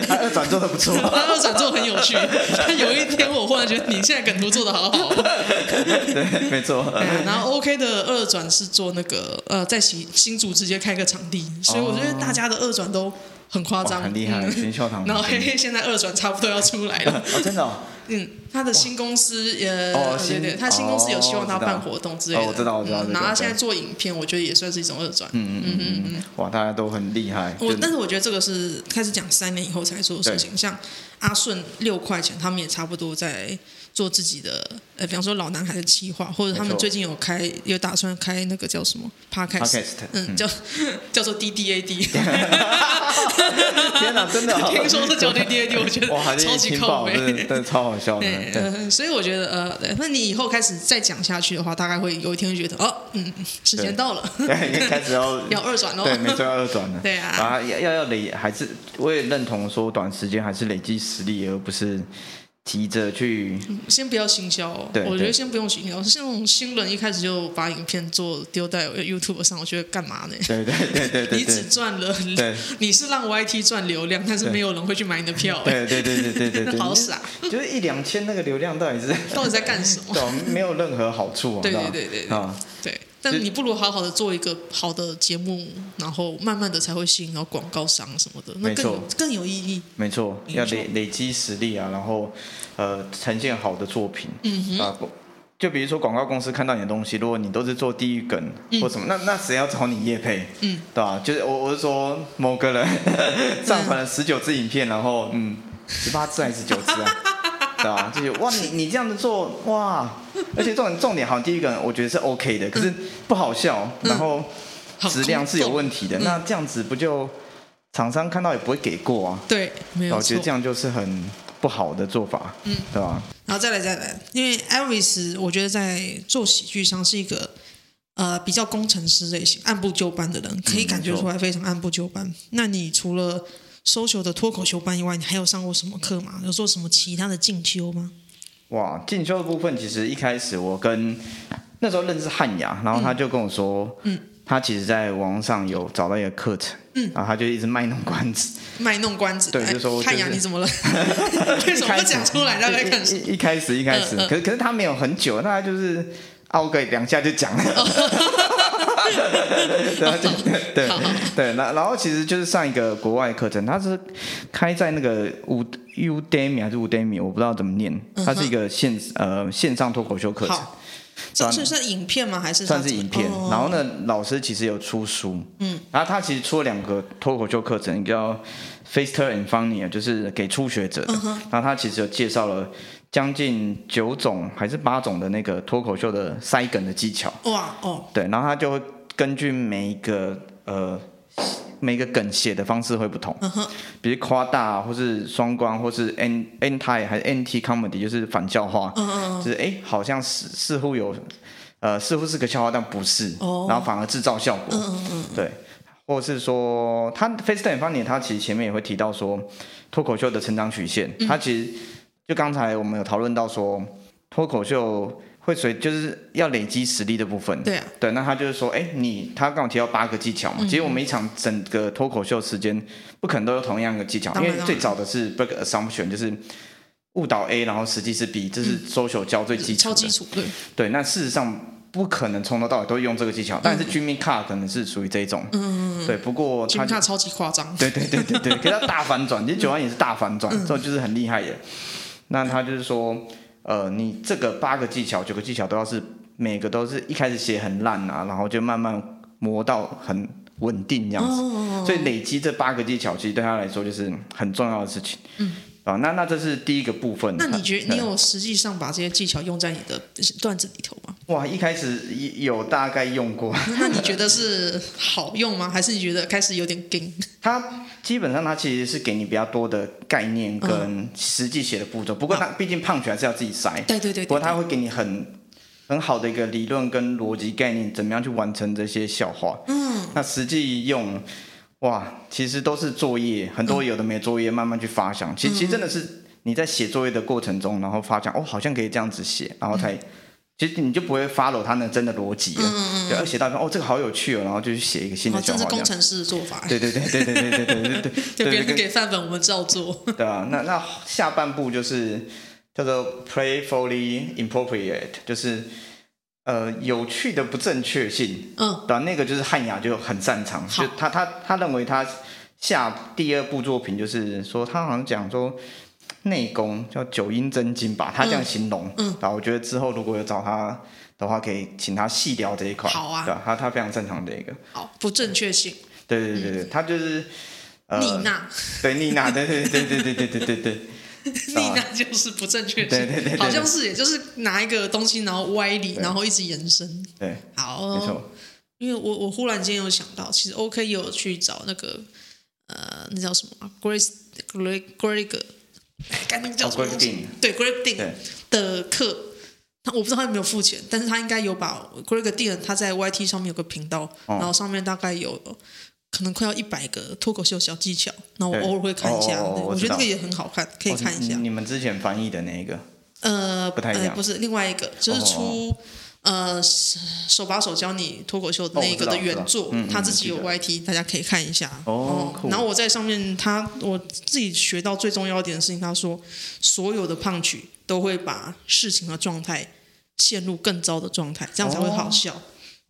Speaker 2: 他啊二转做的不错，
Speaker 1: 他二转做得很有趣。他有一天我忽然觉得你现在梗图做的好好哦，
Speaker 2: 对，没错，
Speaker 1: 对啊然后 OK 的二转是做那个呃，在新新竹直接开个场地，所以我觉得大家的二转都很夸
Speaker 2: 哦哇
Speaker 1: 张，
Speaker 2: 很厉害，
Speaker 1: 嗯
Speaker 2: 全校堂。
Speaker 1: 然后嘿嘿，现在二转差不多要出来了。
Speaker 2: 哦，真的哦，
Speaker 1: 嗯，他的新公司
Speaker 2: 哦
Speaker 1: 呃，对
Speaker 2: 新
Speaker 1: 对，他新公司有希望他
Speaker 2: 哦知道
Speaker 1: 办活动之类的。
Speaker 2: 哦我知道我知道
Speaker 1: 嗯
Speaker 2: 这个
Speaker 1: 然后他现在
Speaker 2: 对
Speaker 1: 做影片，我觉得也算是一种二转。
Speaker 2: 嗯嗯嗯嗯，哇，大家都很厉害，
Speaker 1: 我
Speaker 2: 就
Speaker 1: 但是我觉得这个是开始讲三年以后才做的事情，像阿顺六块钱，他们也差不多在做自己的，呃，比方说老男孩的企划，或者他们
Speaker 2: 没错
Speaker 1: 最近有开有打算开那个叫什么 podcast，
Speaker 2: podcast，
Speaker 1: 嗯，叫 叫做 DDAD，
Speaker 2: 天哪，真的哦，
Speaker 1: 听说是叫 DDAD，我觉得
Speaker 2: 哇，这
Speaker 1: 超
Speaker 2: 一
Speaker 1: 级
Speaker 2: 听
Speaker 1: 靠
Speaker 2: 爆，
Speaker 1: 背，
Speaker 2: 真的真的超好笑的，
Speaker 1: 对，
Speaker 2: 嗯对
Speaker 1: 呃，所以我觉得，呃，对，那你以后开始再讲下去的话，大概会有一天会觉得，哦，嗯，时间到了，
Speaker 2: 对，开始要
Speaker 1: 要二转喽。
Speaker 2: 对，没错，要二转 的。
Speaker 1: 对啊
Speaker 2: 要要要累，还是我也认同说，短时间还是累积实力，而不是急着去。
Speaker 1: 先不要行销哦、
Speaker 2: 对
Speaker 1: 我觉得
Speaker 2: 对
Speaker 1: 先不用行销。像新人一开始就把影片做丢在 YouTube 上，我觉得干嘛呢？
Speaker 2: 对对对对对
Speaker 1: 你只
Speaker 2: 对。
Speaker 1: 赚了
Speaker 2: 对，
Speaker 1: 你是让 YT 赚流量，但是没有人会去买你的票、哎
Speaker 2: 对对对对对对对，
Speaker 1: 好傻，
Speaker 2: 就是一两千那个流量到 底是，
Speaker 1: 到底在干什么？
Speaker 2: 对啊，没有任何好处啊，
Speaker 1: 对
Speaker 2: 知道吗
Speaker 1: 对对对对
Speaker 2: 啊，
Speaker 1: 对，但你不如好好的做一个好的节目，然后慢慢的才会吸引到广告商什么的，那
Speaker 2: 没
Speaker 1: 更
Speaker 2: 错
Speaker 1: 有更有意义。
Speaker 2: 没错，
Speaker 1: 没错
Speaker 2: 要累累积实力啊，然后呃呈现好的作品，嗯啊。不就比如说广告公司看到你的东西，如果你都是做地域梗或什么，那那谁要找你叶配？
Speaker 1: 嗯，
Speaker 2: 对吧、就是我我是说某个 人上传了十九支影片，然后嗯，十八支还是九支 啊？对吧、就是哇，你你这样子做哇，而且重点重点好，第一个我觉得是 OK 的，可是不好笑，然后
Speaker 1: 嗯好嗯
Speaker 2: 质量是有问题的，
Speaker 1: 空洞
Speaker 2: 那这样子不就厂商看到也不会给过啊？
Speaker 1: 对，没有
Speaker 2: 我觉
Speaker 1: 错
Speaker 2: 得。这样就是很不好的做法，嗯，对吧？
Speaker 1: 然后再来再来，因为 Elvis 我觉得在做喜剧上是一个呃比较工程师类型、按部就班的人，
Speaker 2: 嗯
Speaker 1: 可以感觉出来非常按部就班。那你除了 social 的脱口秀班以外，你还有上过什么课吗？有做什么其他的进修吗？
Speaker 2: 哇，进修的部分其实一开始我跟那时候认识汉雅，然后他就跟我说，嗯，他其实在网上有找到一个课程，嗯，然后他就一直卖弄关子，
Speaker 1: 卖弄关子，
Speaker 2: 对
Speaker 1: 哎
Speaker 2: 就说
Speaker 1: 汉
Speaker 2: 就
Speaker 1: 阳
Speaker 2: 是
Speaker 1: 你怎么 了？ 为什么不讲出来？大家在看什
Speaker 2: 一
Speaker 1: 么？
Speaker 2: 一一开始一开始，
Speaker 1: 嗯嗯
Speaker 2: 可是可是他没有很久，那他就是凹个两下就 讲了。 对啊就对
Speaker 1: 好好
Speaker 2: 对，然然后其实就是上一个国外课程，它是开在那个 U Udemy 还是 Udemy，我不知道怎么念，它是一个线呃线上脱口秀课程。
Speaker 1: 嗯好，这是算影片吗？还是它
Speaker 2: 算是
Speaker 1: 怎么
Speaker 2: 影片。
Speaker 1: 哦
Speaker 2: 然后呢，老师其实有出书，嗯，然后他其实出了两个脱口秀课程，一个叫 Faster and Funnier，就是给初学者的。
Speaker 1: 嗯
Speaker 2: 然后他其实有介绍了将近九种还是八种的那个脱口秀的塞梗的技巧，
Speaker 1: 哇哦，
Speaker 2: 对，然后他就会根据每一个呃。每个梗写的方式会不同，
Speaker 1: 嗯哼，
Speaker 2: 比如夸大啊，或是双关，或是 n anti 还是 anti comedy，就是反笑话，
Speaker 1: 嗯嗯
Speaker 2: 就是哎、诶好像似似乎有，呃，似乎是个笑话，但不是，
Speaker 1: 哦
Speaker 2: 然后反而制造效果，
Speaker 1: 嗯嗯嗯，
Speaker 2: 对，或是说他 FaceTime 方面，他其实前面也会提到说脱口秀的成长曲线，
Speaker 1: 嗯
Speaker 2: 他其实就刚才我们有讨论到说脱口秀会随就是要累积实力的部分，
Speaker 1: 对啊，
Speaker 2: 对，那他就是说，哎，你他刚好提到八个技巧
Speaker 1: 嗯
Speaker 2: 嘛，其实我们一场整个脱口秀时间不可能都有同样的技巧，
Speaker 1: 当
Speaker 2: 因
Speaker 1: 然
Speaker 2: 为最早的是 break assumption，就是误导 A，然后实际是 B，这是 social 教最基础
Speaker 1: 超
Speaker 2: 的，
Speaker 1: 基础，对，
Speaker 2: 对，那事实上不可能从头到尾都用这个技巧，
Speaker 1: 嗯
Speaker 2: 但是 Jimmy Carr 可能是属于这一种，嗯，对，不过
Speaker 1: 金
Speaker 2: 他
Speaker 1: 卡超级夸张，
Speaker 2: 对对对对 对，可是他大反转，其实九安也是大反转，
Speaker 1: 嗯
Speaker 2: 这种就是很厉害的。那他就是说，呃，你这个八个技巧、九个技巧都要是每个都是一开始写很烂啊，然后就慢慢磨到很稳定这样子。
Speaker 1: 哦
Speaker 2: 所以累积这八个技巧，其实对他来说就是很重要的事情。嗯，啊，那那这是第一个部分。
Speaker 1: 那你觉得你
Speaker 2: 对
Speaker 1: 有实际上把这些技巧用在你的段子里头吗？
Speaker 2: 哇？一开始一有大概用过，
Speaker 1: 那你觉得是好用吗？还是你觉得开始有点硬？
Speaker 2: 它基本上它其实是给你比较多的概念
Speaker 1: 嗯
Speaker 2: 跟实际写的步骤，不过它毕竟胖曲还是要自己塞。
Speaker 1: 对对对
Speaker 2: 不过
Speaker 1: 对
Speaker 2: 它会给你很很好的一个理论跟逻辑概念，怎么样去完成这些笑话。嗯，那实际用。哇，其实都是作业，很多有的没作业，慢慢去发想。
Speaker 1: 嗯嗯
Speaker 2: 其实其实真的是你在写作业的过程中，然后发想，哦，好像可以这样子写，然后才其实你就不会 follow 他那真的逻辑了，对，而写到一半哦，这个好有趣哦，然后就去写一个新的
Speaker 1: 嗯哦，
Speaker 2: 笑
Speaker 1: 这是
Speaker 2: 话这
Speaker 1: 工
Speaker 2: 样。
Speaker 1: 程师的做法，
Speaker 2: 对对对对对对对对对对，
Speaker 1: 就别
Speaker 2: 对
Speaker 1: 人
Speaker 2: 跟
Speaker 1: 给范本，我们照做。
Speaker 2: 对啊，那那下半部就是叫做 playfully inappropriate，就是呃有趣的不正确性。
Speaker 1: 嗯，
Speaker 2: 对、啊，那个就是汉雅就很擅长，
Speaker 1: 好
Speaker 2: 就他他他认为他下第二部作品就是说他好像讲说内功叫九阴真经吧，他这样形容。啊
Speaker 1: 嗯，
Speaker 2: 然后我觉得之后如果有找他的话，可以请他细聊这一块。
Speaker 1: 好啊
Speaker 2: 对他他非常擅长这个。
Speaker 1: 好，不正确性，
Speaker 2: 对对对对，他就是呃，
Speaker 1: 丽嗯 娜，
Speaker 2: 对丽娜，对对对对对对对对对。
Speaker 1: 丽娜就是不正确
Speaker 2: 对对对
Speaker 1: 性，
Speaker 2: 对
Speaker 1: 好像是，也就是拿一个东西，然后歪理，
Speaker 2: 对
Speaker 1: 然后一直延伸。
Speaker 2: 对，
Speaker 1: 好
Speaker 2: 没
Speaker 1: 哦，
Speaker 2: 错，
Speaker 1: 因为我我忽然间有想到，其实 OK 也有去找那个呃，那叫什么啊？Grace Greg Greg，哎，该那个叫什么东西？
Speaker 2: 哦，Greg Dean
Speaker 1: 对 Greg Dean
Speaker 2: 对
Speaker 1: 的课，他我不知道他有没有付钱，但是他应该有把 Greg Dean 他在 YT 上面有个频道，
Speaker 2: 哦
Speaker 1: 然后上面大概有。可能快要一百个脱口秀小技巧，然后我
Speaker 2: 对
Speaker 1: 偶尔会看一下，
Speaker 2: 哦哦哦
Speaker 1: 对
Speaker 2: 我
Speaker 1: 我觉得
Speaker 2: 知道
Speaker 1: 那个也很好看，可以
Speaker 2: 哦
Speaker 1: 看一下
Speaker 2: 你。你们之前翻译的那一个，
Speaker 1: 呃，
Speaker 2: 不太一样
Speaker 1: 呃不是另外一个，就是
Speaker 2: 哦
Speaker 1: 出、呃手把手教你脱口秀的那个
Speaker 2: 哦我知道
Speaker 1: 的原作，
Speaker 2: 我知道嗯嗯
Speaker 1: 他自己有
Speaker 2: 我
Speaker 1: YT，大家可以看一下。
Speaker 2: 哦酷
Speaker 1: 然后我在上面，他我自己学到最重要一点的事情，他说所有的胖曲都会把事情的状态陷入更糟的状态，这样才会好
Speaker 2: 哦
Speaker 1: 笑。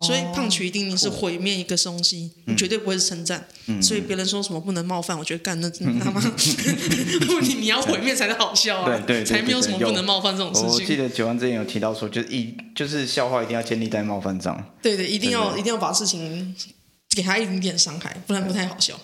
Speaker 1: 所以胖曲一定是毁灭一个
Speaker 2: 嗯
Speaker 1: 东西，你绝对不会是称赞。所以别人说什么不能冒犯，我觉得干那真的 他妈， 你你要毁灭才是好笑啊，
Speaker 2: 对对对对
Speaker 1: 才没有什么
Speaker 2: 对
Speaker 1: 不
Speaker 2: 有
Speaker 1: 能冒犯这种事
Speaker 2: 我
Speaker 1: 情。
Speaker 2: 记得九安之前有提到说，就是一就是笑话一定要建立在冒犯上，
Speaker 1: 对对，一定要
Speaker 2: 真的
Speaker 1: 一定要把事情给他一点点伤害，不然不太好
Speaker 2: 哦
Speaker 1: 笑。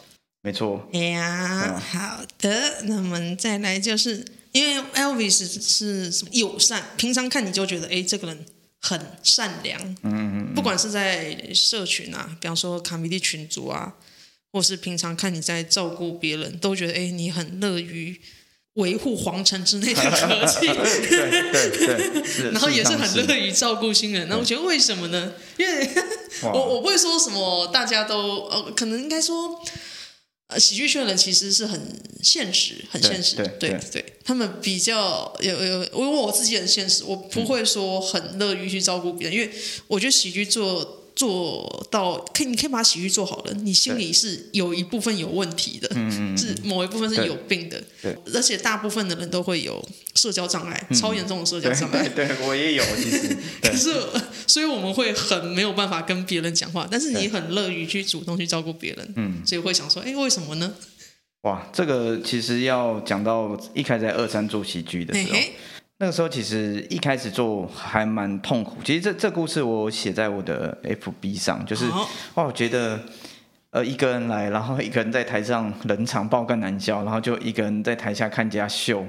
Speaker 2: 没错。
Speaker 1: 哎
Speaker 2: 啊
Speaker 1: 呀，好的，那我们再来就是因为 Elvis 是什么友善，平常看你就觉得哎这个人很善良，
Speaker 2: 嗯嗯嗯，
Speaker 1: 不管是在社群啊，比方说卡米蒂群组啊，或是平常看你在照顾别人，都觉得哎你很乐于。维护皇城之内的和气，
Speaker 2: 对对对，是
Speaker 1: 然后也是
Speaker 2: 事
Speaker 1: 很
Speaker 2: 实上
Speaker 1: 乐于照顾新人。那我觉得为什么呢？因为
Speaker 2: 哇
Speaker 1: 我我不会说什么，大家都呃，可能应该说，呃，喜剧圈的人其实是很现实，很现实，
Speaker 2: 对
Speaker 1: 对
Speaker 2: 对
Speaker 1: 他们比较有有，因为我自己很现实，我不会说很乐于去照顾别人，因为我觉得喜剧做。做到可以，你可以把喜剧做好了，你心里是有一部分有问题的，
Speaker 2: 嗯嗯
Speaker 1: 是某一部分是
Speaker 2: 对
Speaker 1: 有病的
Speaker 2: 对，嗯
Speaker 1: 而且大部分的人都会有社交障碍，超严重的社交
Speaker 2: 对
Speaker 1: 障碍。
Speaker 2: 对对，我也有其实，对
Speaker 1: 可是， 所以我们会很没有办法跟别人讲话，但是你很乐于去主动去照顾别人，
Speaker 2: 嗯，
Speaker 1: 所以会想说，哎，为什么呢？
Speaker 2: 哇，这个其实要讲到一开始在二三做喜剧的
Speaker 1: 嘿
Speaker 2: 时候，
Speaker 1: 嘿，
Speaker 2: 那个时候其实一开始做还蛮痛苦。其实这这故事我写在我的 FB 上，就是
Speaker 1: 好
Speaker 2: 哇，我觉得呃一个人来，然后一个人在台上冷场爆干难笑，然后就一个人在台下看人家秀，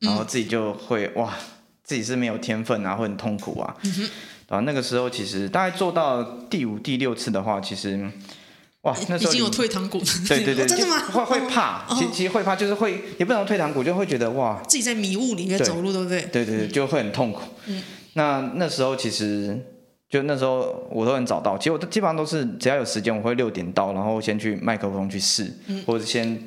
Speaker 2: 然后自己就会、哇，自己是没有天分啊，会很痛苦啊。
Speaker 1: 嗯
Speaker 2: 然后那个时候其实大概做到第五、第六次的话，其实哇，哦那
Speaker 1: 已
Speaker 2: 时候
Speaker 1: 经有
Speaker 2: 你
Speaker 1: 退堂鼓了，
Speaker 2: 对对对，
Speaker 1: 哦真的吗？
Speaker 2: 就会会怕，
Speaker 1: 哦
Speaker 2: 其其实会怕，就是会也不能说退堂鼓，就会觉得哇，
Speaker 1: 自己在迷雾里面
Speaker 2: 对
Speaker 1: 走路，对不对？
Speaker 2: 对对对，就会很痛苦。
Speaker 1: 嗯
Speaker 2: 那那时候其实就那时候我都很早到，其实我都基本上都是只要有时间，我会六点到，然后先去麦克风去试，或者先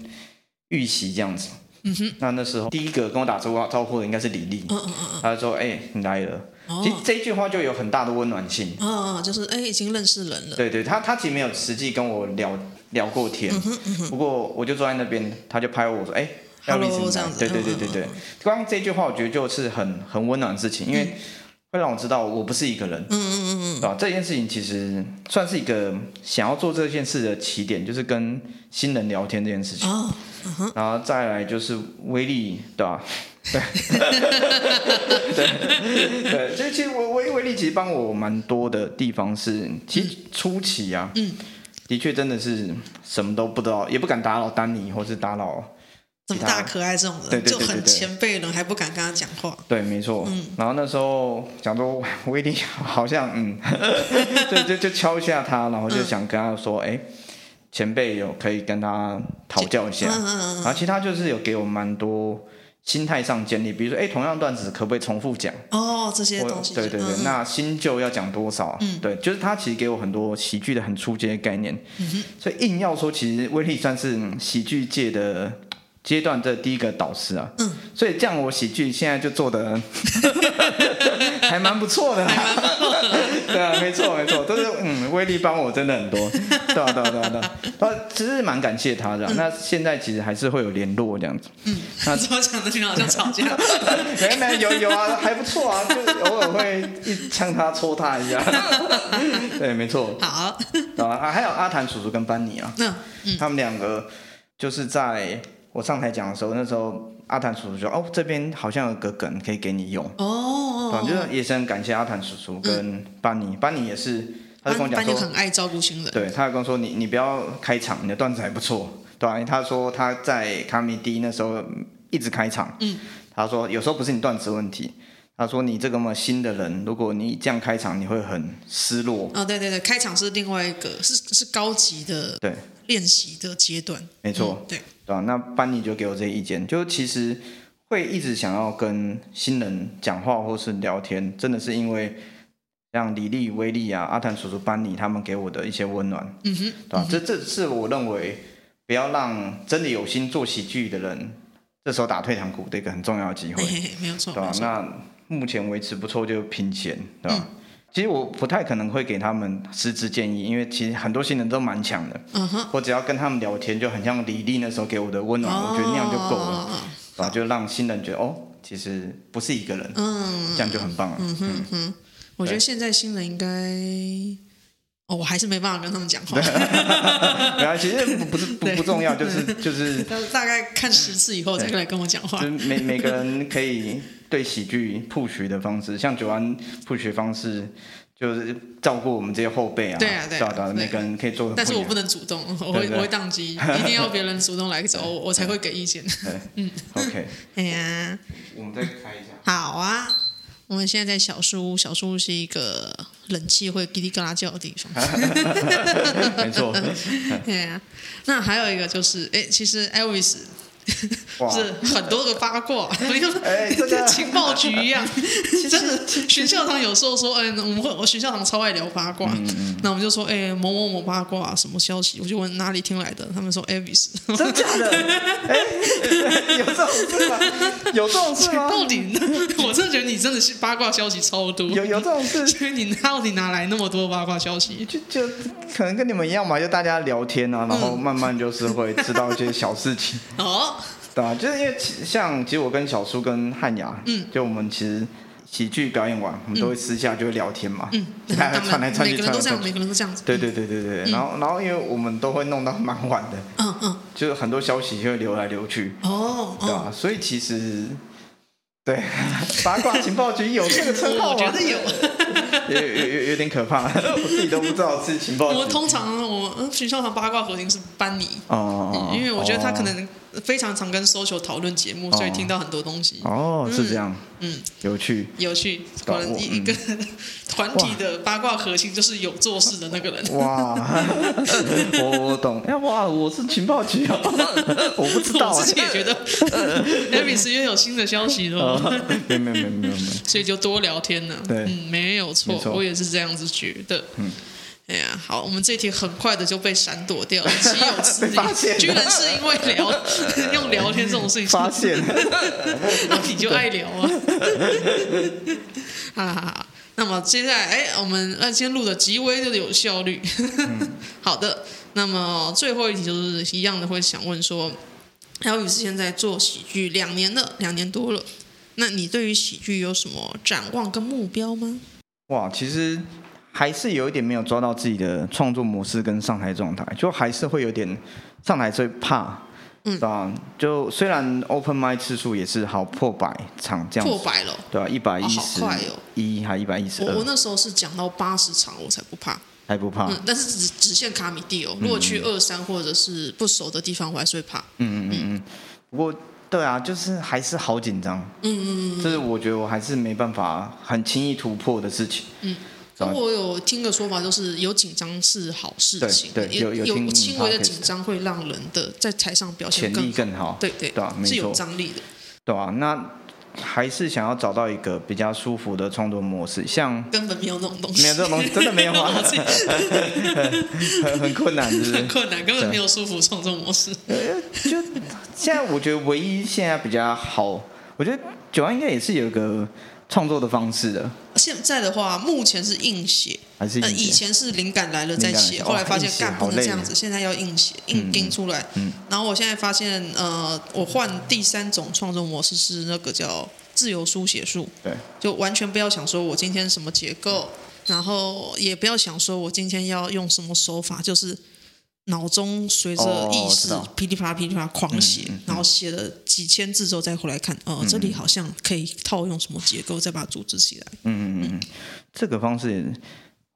Speaker 2: 预习这样子。
Speaker 1: 嗯哼，
Speaker 2: 那那时候第一个跟我打招呼招呼的应该是李丽，
Speaker 1: 嗯嗯嗯
Speaker 2: 他就说：“哎、你来了。
Speaker 1: 嗯，
Speaker 2: 其实
Speaker 1: 哦，
Speaker 2: 这一句话就有很大的温暖性。
Speaker 1: 嗯嗯，就是哎，已经认识人了，
Speaker 2: 对对，他他其实没有实际跟我聊聊过天，
Speaker 1: 嗯
Speaker 2: 不过我就坐在那边，他就拍我说：“哎、要
Speaker 1: Hello，
Speaker 2: 不一起
Speaker 1: 这
Speaker 2: 来
Speaker 1: 样子嗯
Speaker 2: 对对对对对，光这句话我觉得就是很很温暖的事情，因为会让我知道我不是一个人，
Speaker 1: 嗯嗯嗯
Speaker 2: 对吧？这件事情其实算是一个想要做这件事的起点，就是跟新人聊天这件事情。
Speaker 1: 嗯，哦，嗯哼，
Speaker 2: 然后再来就是威力，对吧？对，对，对，这其实我威威力其实帮我蛮多的地方是，其实初期啊，
Speaker 1: 嗯，
Speaker 2: 的确真的是什么都不知道，也不敢打扰丹尼，或是打扰，
Speaker 1: 怎么
Speaker 2: 其他
Speaker 1: 大可爱这种
Speaker 2: 对
Speaker 1: 人
Speaker 2: 对
Speaker 1: 就
Speaker 2: 对对
Speaker 1: 很
Speaker 2: 对
Speaker 1: 前辈人还不敢跟他讲话，
Speaker 2: 对，没错。然后那时候想说威力好像嗯，就就就敲一下他，然后就想跟他说，哎、前辈有可以跟他讨教一下，
Speaker 1: 嗯嗯嗯
Speaker 2: 然后其他就是有给我蛮多心态上建立，比如说，哎，同样段子可不可以重复讲？
Speaker 1: 嗯，哦，这些
Speaker 2: 或
Speaker 1: 东西，
Speaker 2: 对对对，
Speaker 1: 嗯嗯
Speaker 2: 那新旧要讲多少？啊
Speaker 1: 嗯
Speaker 2: 对，就是他其实给我很多喜剧的很出街的概念，所以硬要说，其实威力算是嗯喜剧界的阶段这第一个导师啊，
Speaker 1: 嗯，
Speaker 2: 所以这样我喜剧现在就 做的还蛮不错的、啊， 对啊，没错没错，都是嗯，威力帮我真的很多，对啊对啊对啊 对啊，啊，其实蛮感谢他的
Speaker 1: 嗯
Speaker 2: 啊、那现在其实还是会有联络这样子，嗯，那
Speaker 1: 怎么讲的？你好像吵架。
Speaker 2: 没没有有啊，还不错啊，就偶尔会一呛他戳他一下， 对，没错，
Speaker 1: 好，
Speaker 2: 啊啊，还有阿谭叔叔跟班尼啊，
Speaker 1: 那嗯
Speaker 2: 他们两个就是在我上台讲的时候，那时候阿谭叔叔说：“哦，这边好像有个梗可以给你用。
Speaker 1: 哦
Speaker 2: 反，正也是很感谢阿谭叔叔跟班尼，班尼也是，他就跟我
Speaker 1: 班班
Speaker 2: 讲说
Speaker 1: 就，很爱照顾新人。
Speaker 2: 对，他还跟我说你你不要开场，你的段子还不错，对吧、他说他在卡米蒂那时候一直开场，
Speaker 1: 嗯，
Speaker 2: 他说有时候不是你段子的问题。他说：“你这个么新的人，如果你这样开场，你会很失落。
Speaker 1: 哦，对对对，开场是另外一个，是是高级的
Speaker 2: 对，
Speaker 1: 练习的阶段。
Speaker 2: 没错。
Speaker 1: 嗯对，
Speaker 2: 对吧、那班尼就给我这些意见，就其实会一直想要跟新人讲话或是聊天，真的是因为像李丽、威力啊、阿谭叔叔、班尼他们给我的一些温暖，
Speaker 1: 嗯哼，
Speaker 2: 对吧、这这是我认为不要让真的有心做喜剧的人这时候打退堂鼓的一个很重要的机会
Speaker 1: 嘿，嘿嘿，没有错，
Speaker 2: 对啊
Speaker 1: 没
Speaker 2: 吧、
Speaker 1: 有错。嗯
Speaker 2: 那目前维持不错，就拼钱，对吧、其实我不太可能会给他们实质建议，因为其实很多新人都蛮强的，
Speaker 1: 嗯哼，
Speaker 2: 我只要跟他们聊天，就很像李丽那时候给我的温暖，我觉得那样就够了，
Speaker 1: 哦。
Speaker 2: 然后就让新人觉得哦，其实不是一个人，
Speaker 1: 嗯，
Speaker 2: 这样就很棒了。
Speaker 1: 嗯哼哼，我觉得现在新人应该，哦，我还是没办法跟他们讲 话，
Speaker 2: 然啊后其实不不是不
Speaker 1: 对
Speaker 2: 不 重要，就是就是
Speaker 1: 大大概看十次以后再来跟我讲
Speaker 2: 就
Speaker 1: 话
Speaker 2: 是。每每个人可以对喜剧 push 的方式，像九安 push 的方式。就是照顾我们这些后辈啊，
Speaker 1: 对啊对啊
Speaker 2: 对
Speaker 1: 对
Speaker 2: 啊，每个人可以做的不一样。
Speaker 1: 但是我不能主动，我会
Speaker 2: 对对
Speaker 1: 我会宕机，一定要别人主动来找我，我才会给意 见。
Speaker 2: 对，嗯，OK，
Speaker 1: 哎呀，
Speaker 2: 我们再开一下。
Speaker 1: 好啊，我们现在在小树屋，小树屋是一个冷气会叽里嘎啦叫的地方。
Speaker 2: 啊没错，
Speaker 1: 对啊，那还有一个就是，哎，其实 Elvis
Speaker 2: 哇
Speaker 1: 是很多个八 卦，
Speaker 2: 哎这个
Speaker 1: 情报局一 样，真的。学校堂有时候说，哎，我们会，我学校堂超爱聊八卦，
Speaker 2: 嗯
Speaker 1: 那我们就说，哎，某某某八卦什么消息，我就问哪里听来的，他们说 Elvis，
Speaker 2: 真假的？哎、 有这种 事吗？有这种事吗？
Speaker 1: 到底呢？我真的觉得你真的是八卦消息超多，
Speaker 2: 有有这种事？
Speaker 1: 所以你到底哪来那么多八卦消息？
Speaker 2: 就就可能跟你们一样吧，就大家聊天啊，然后
Speaker 1: 嗯
Speaker 2: 慢慢就是会知道一些小事情，
Speaker 1: 哦，
Speaker 2: 对吧、就是因为其像其实我跟小叔跟汉雅，
Speaker 1: 嗯，
Speaker 2: 就我们其实喜剧表演完，我们都会私下就会聊天嘛，
Speaker 1: 嗯，
Speaker 2: 就
Speaker 1: 当
Speaker 2: 大家哎传来
Speaker 1: 然，
Speaker 2: 传
Speaker 1: 每
Speaker 2: 去，
Speaker 1: 个人
Speaker 2: 传来
Speaker 1: 都这样，
Speaker 2: 传
Speaker 1: 每
Speaker 2: 去。
Speaker 1: 个人都这样子。
Speaker 2: 对对对对对，然后然后因为我们都会弄到蛮晚的，
Speaker 1: 嗯嗯，
Speaker 2: 就是很多消息就会流来流去，
Speaker 1: 哦
Speaker 2: 对
Speaker 1: 哦，
Speaker 2: 吧、所以其实对八卦情报局有这个称号
Speaker 1: 我
Speaker 2: 吗？
Speaker 1: 觉得有。
Speaker 2: 有有有有点可怕， 我自己都不知道是情报局。
Speaker 1: 我通常我嗯学校堂八卦核心是班尼，
Speaker 2: 哦，
Speaker 1: 因为我觉得他可
Speaker 2: 哦
Speaker 1: 能非常常跟 social 讨论节目，所以听到很多东西。
Speaker 2: 哦是这样，
Speaker 1: 嗯，
Speaker 2: 有趣。
Speaker 1: 有趣，果然
Speaker 2: 我嗯
Speaker 1: 一一个 团体的八卦核心就是有做事的那个人。
Speaker 2: 哇，我我懂，哎哇，我是情报局 哦，我不知 道
Speaker 1: 我
Speaker 2: 哎
Speaker 1: 自己也觉得 ，Elvis 又有新的消息
Speaker 2: 哦
Speaker 1: 了，，
Speaker 2: 没有没有没有没有没有，
Speaker 1: 所以就多聊天了。
Speaker 2: 对
Speaker 1: 嗯，没有错
Speaker 2: 没，错
Speaker 1: 我也是这样子觉得。嗯。哎呀，好，我们这题很快的就被闪躲掉 了，岂有此
Speaker 2: 被发现
Speaker 1: 理！
Speaker 2: 了
Speaker 1: 居然是因为聊 用聊天这种事情
Speaker 2: 发现了，
Speaker 1: 那你就爱聊啊。 好啦好啦好啦那么接下来，哎，我们呃今天录的极为的有效率。 好的，那么最后一题就是一样的，会想问说，还有你是现在做喜剧两年了，两年多了，那你对于喜剧有什么展望跟目标吗？
Speaker 2: 哇，其实还是有一点没有抓到自己的创作模式跟上台状态，就还是会有点上台最怕。
Speaker 1: 嗯
Speaker 2: 对啊，就虽然 open m i 次数也是好破百场这样
Speaker 1: 破
Speaker 2: 子，
Speaker 1: 百了，
Speaker 2: 对啊，一百一
Speaker 1: 好
Speaker 2: 十
Speaker 1: 快哦
Speaker 2: 一还一百一十
Speaker 1: 我我
Speaker 2: 二，
Speaker 1: 那时候是讲到八十场我才不怕，
Speaker 2: 还不怕。
Speaker 1: 嗯，但是只只限卡米蒂哦，如果去二三或者是不熟的地方，我还是会怕。
Speaker 2: 嗯嗯嗯嗯，不过对啊，就是还是好紧张，
Speaker 1: 嗯嗯嗯。
Speaker 2: 这是我觉得我还是没办法很轻易突破的事情。
Speaker 1: 那
Speaker 2: 对
Speaker 1: 我有听个说法，就是有紧张是好事情，
Speaker 2: 对对
Speaker 1: 也
Speaker 2: 有有听
Speaker 1: 轻微的
Speaker 2: podcast
Speaker 1: 紧张会让人的在台上表现
Speaker 2: 潜
Speaker 1: 更
Speaker 2: 力更好，
Speaker 1: 对对
Speaker 2: 对啊没
Speaker 1: 是有
Speaker 2: 错
Speaker 1: 张力的。
Speaker 2: 对啊，那还是想要找到一个比较舒服的创作模式，像
Speaker 1: 根本没有那种东西，
Speaker 2: 没有这种东西真的没有 啊吗
Speaker 1: 我自 己
Speaker 2: 很很困难，是不
Speaker 1: 很
Speaker 2: 是？
Speaker 1: 困难，根本没有舒服创作模式。
Speaker 2: 呃就现在我觉得唯一现在比较好，我觉得九安应该也是有一个创作的方式的，
Speaker 1: 现在的话，目前是硬写，
Speaker 2: 还是
Speaker 1: 呃，
Speaker 2: 硬
Speaker 1: 以
Speaker 2: 写
Speaker 1: 前是灵感来了再
Speaker 2: 灵感来
Speaker 1: 写，
Speaker 2: 了
Speaker 1: 后来发现
Speaker 2: 哦
Speaker 1: 干
Speaker 2: 硬写
Speaker 1: 不
Speaker 2: 好
Speaker 1: 能
Speaker 2: 累
Speaker 1: 这样子，现在要硬写，硬盯出来。
Speaker 2: 嗯
Speaker 1: 然后我现在发现，呃，我换第三种创作模式是那个叫自由书写术，
Speaker 2: 对，
Speaker 1: 就完全不要想说我今天什么结构，然后也不要想说我今天要用什么手法，就是脑中随着
Speaker 2: 哦
Speaker 1: 意
Speaker 2: 知
Speaker 1: 识
Speaker 2: 道
Speaker 1: 噼里啪啦噼里啪啦狂写，
Speaker 2: 嗯嗯嗯嗯
Speaker 1: 然后写了几千字之后再回来看，哦、这里好像可以套用什么结构，再把它组织起来，
Speaker 2: 嗯嗯嗯嗯，这个方式也是，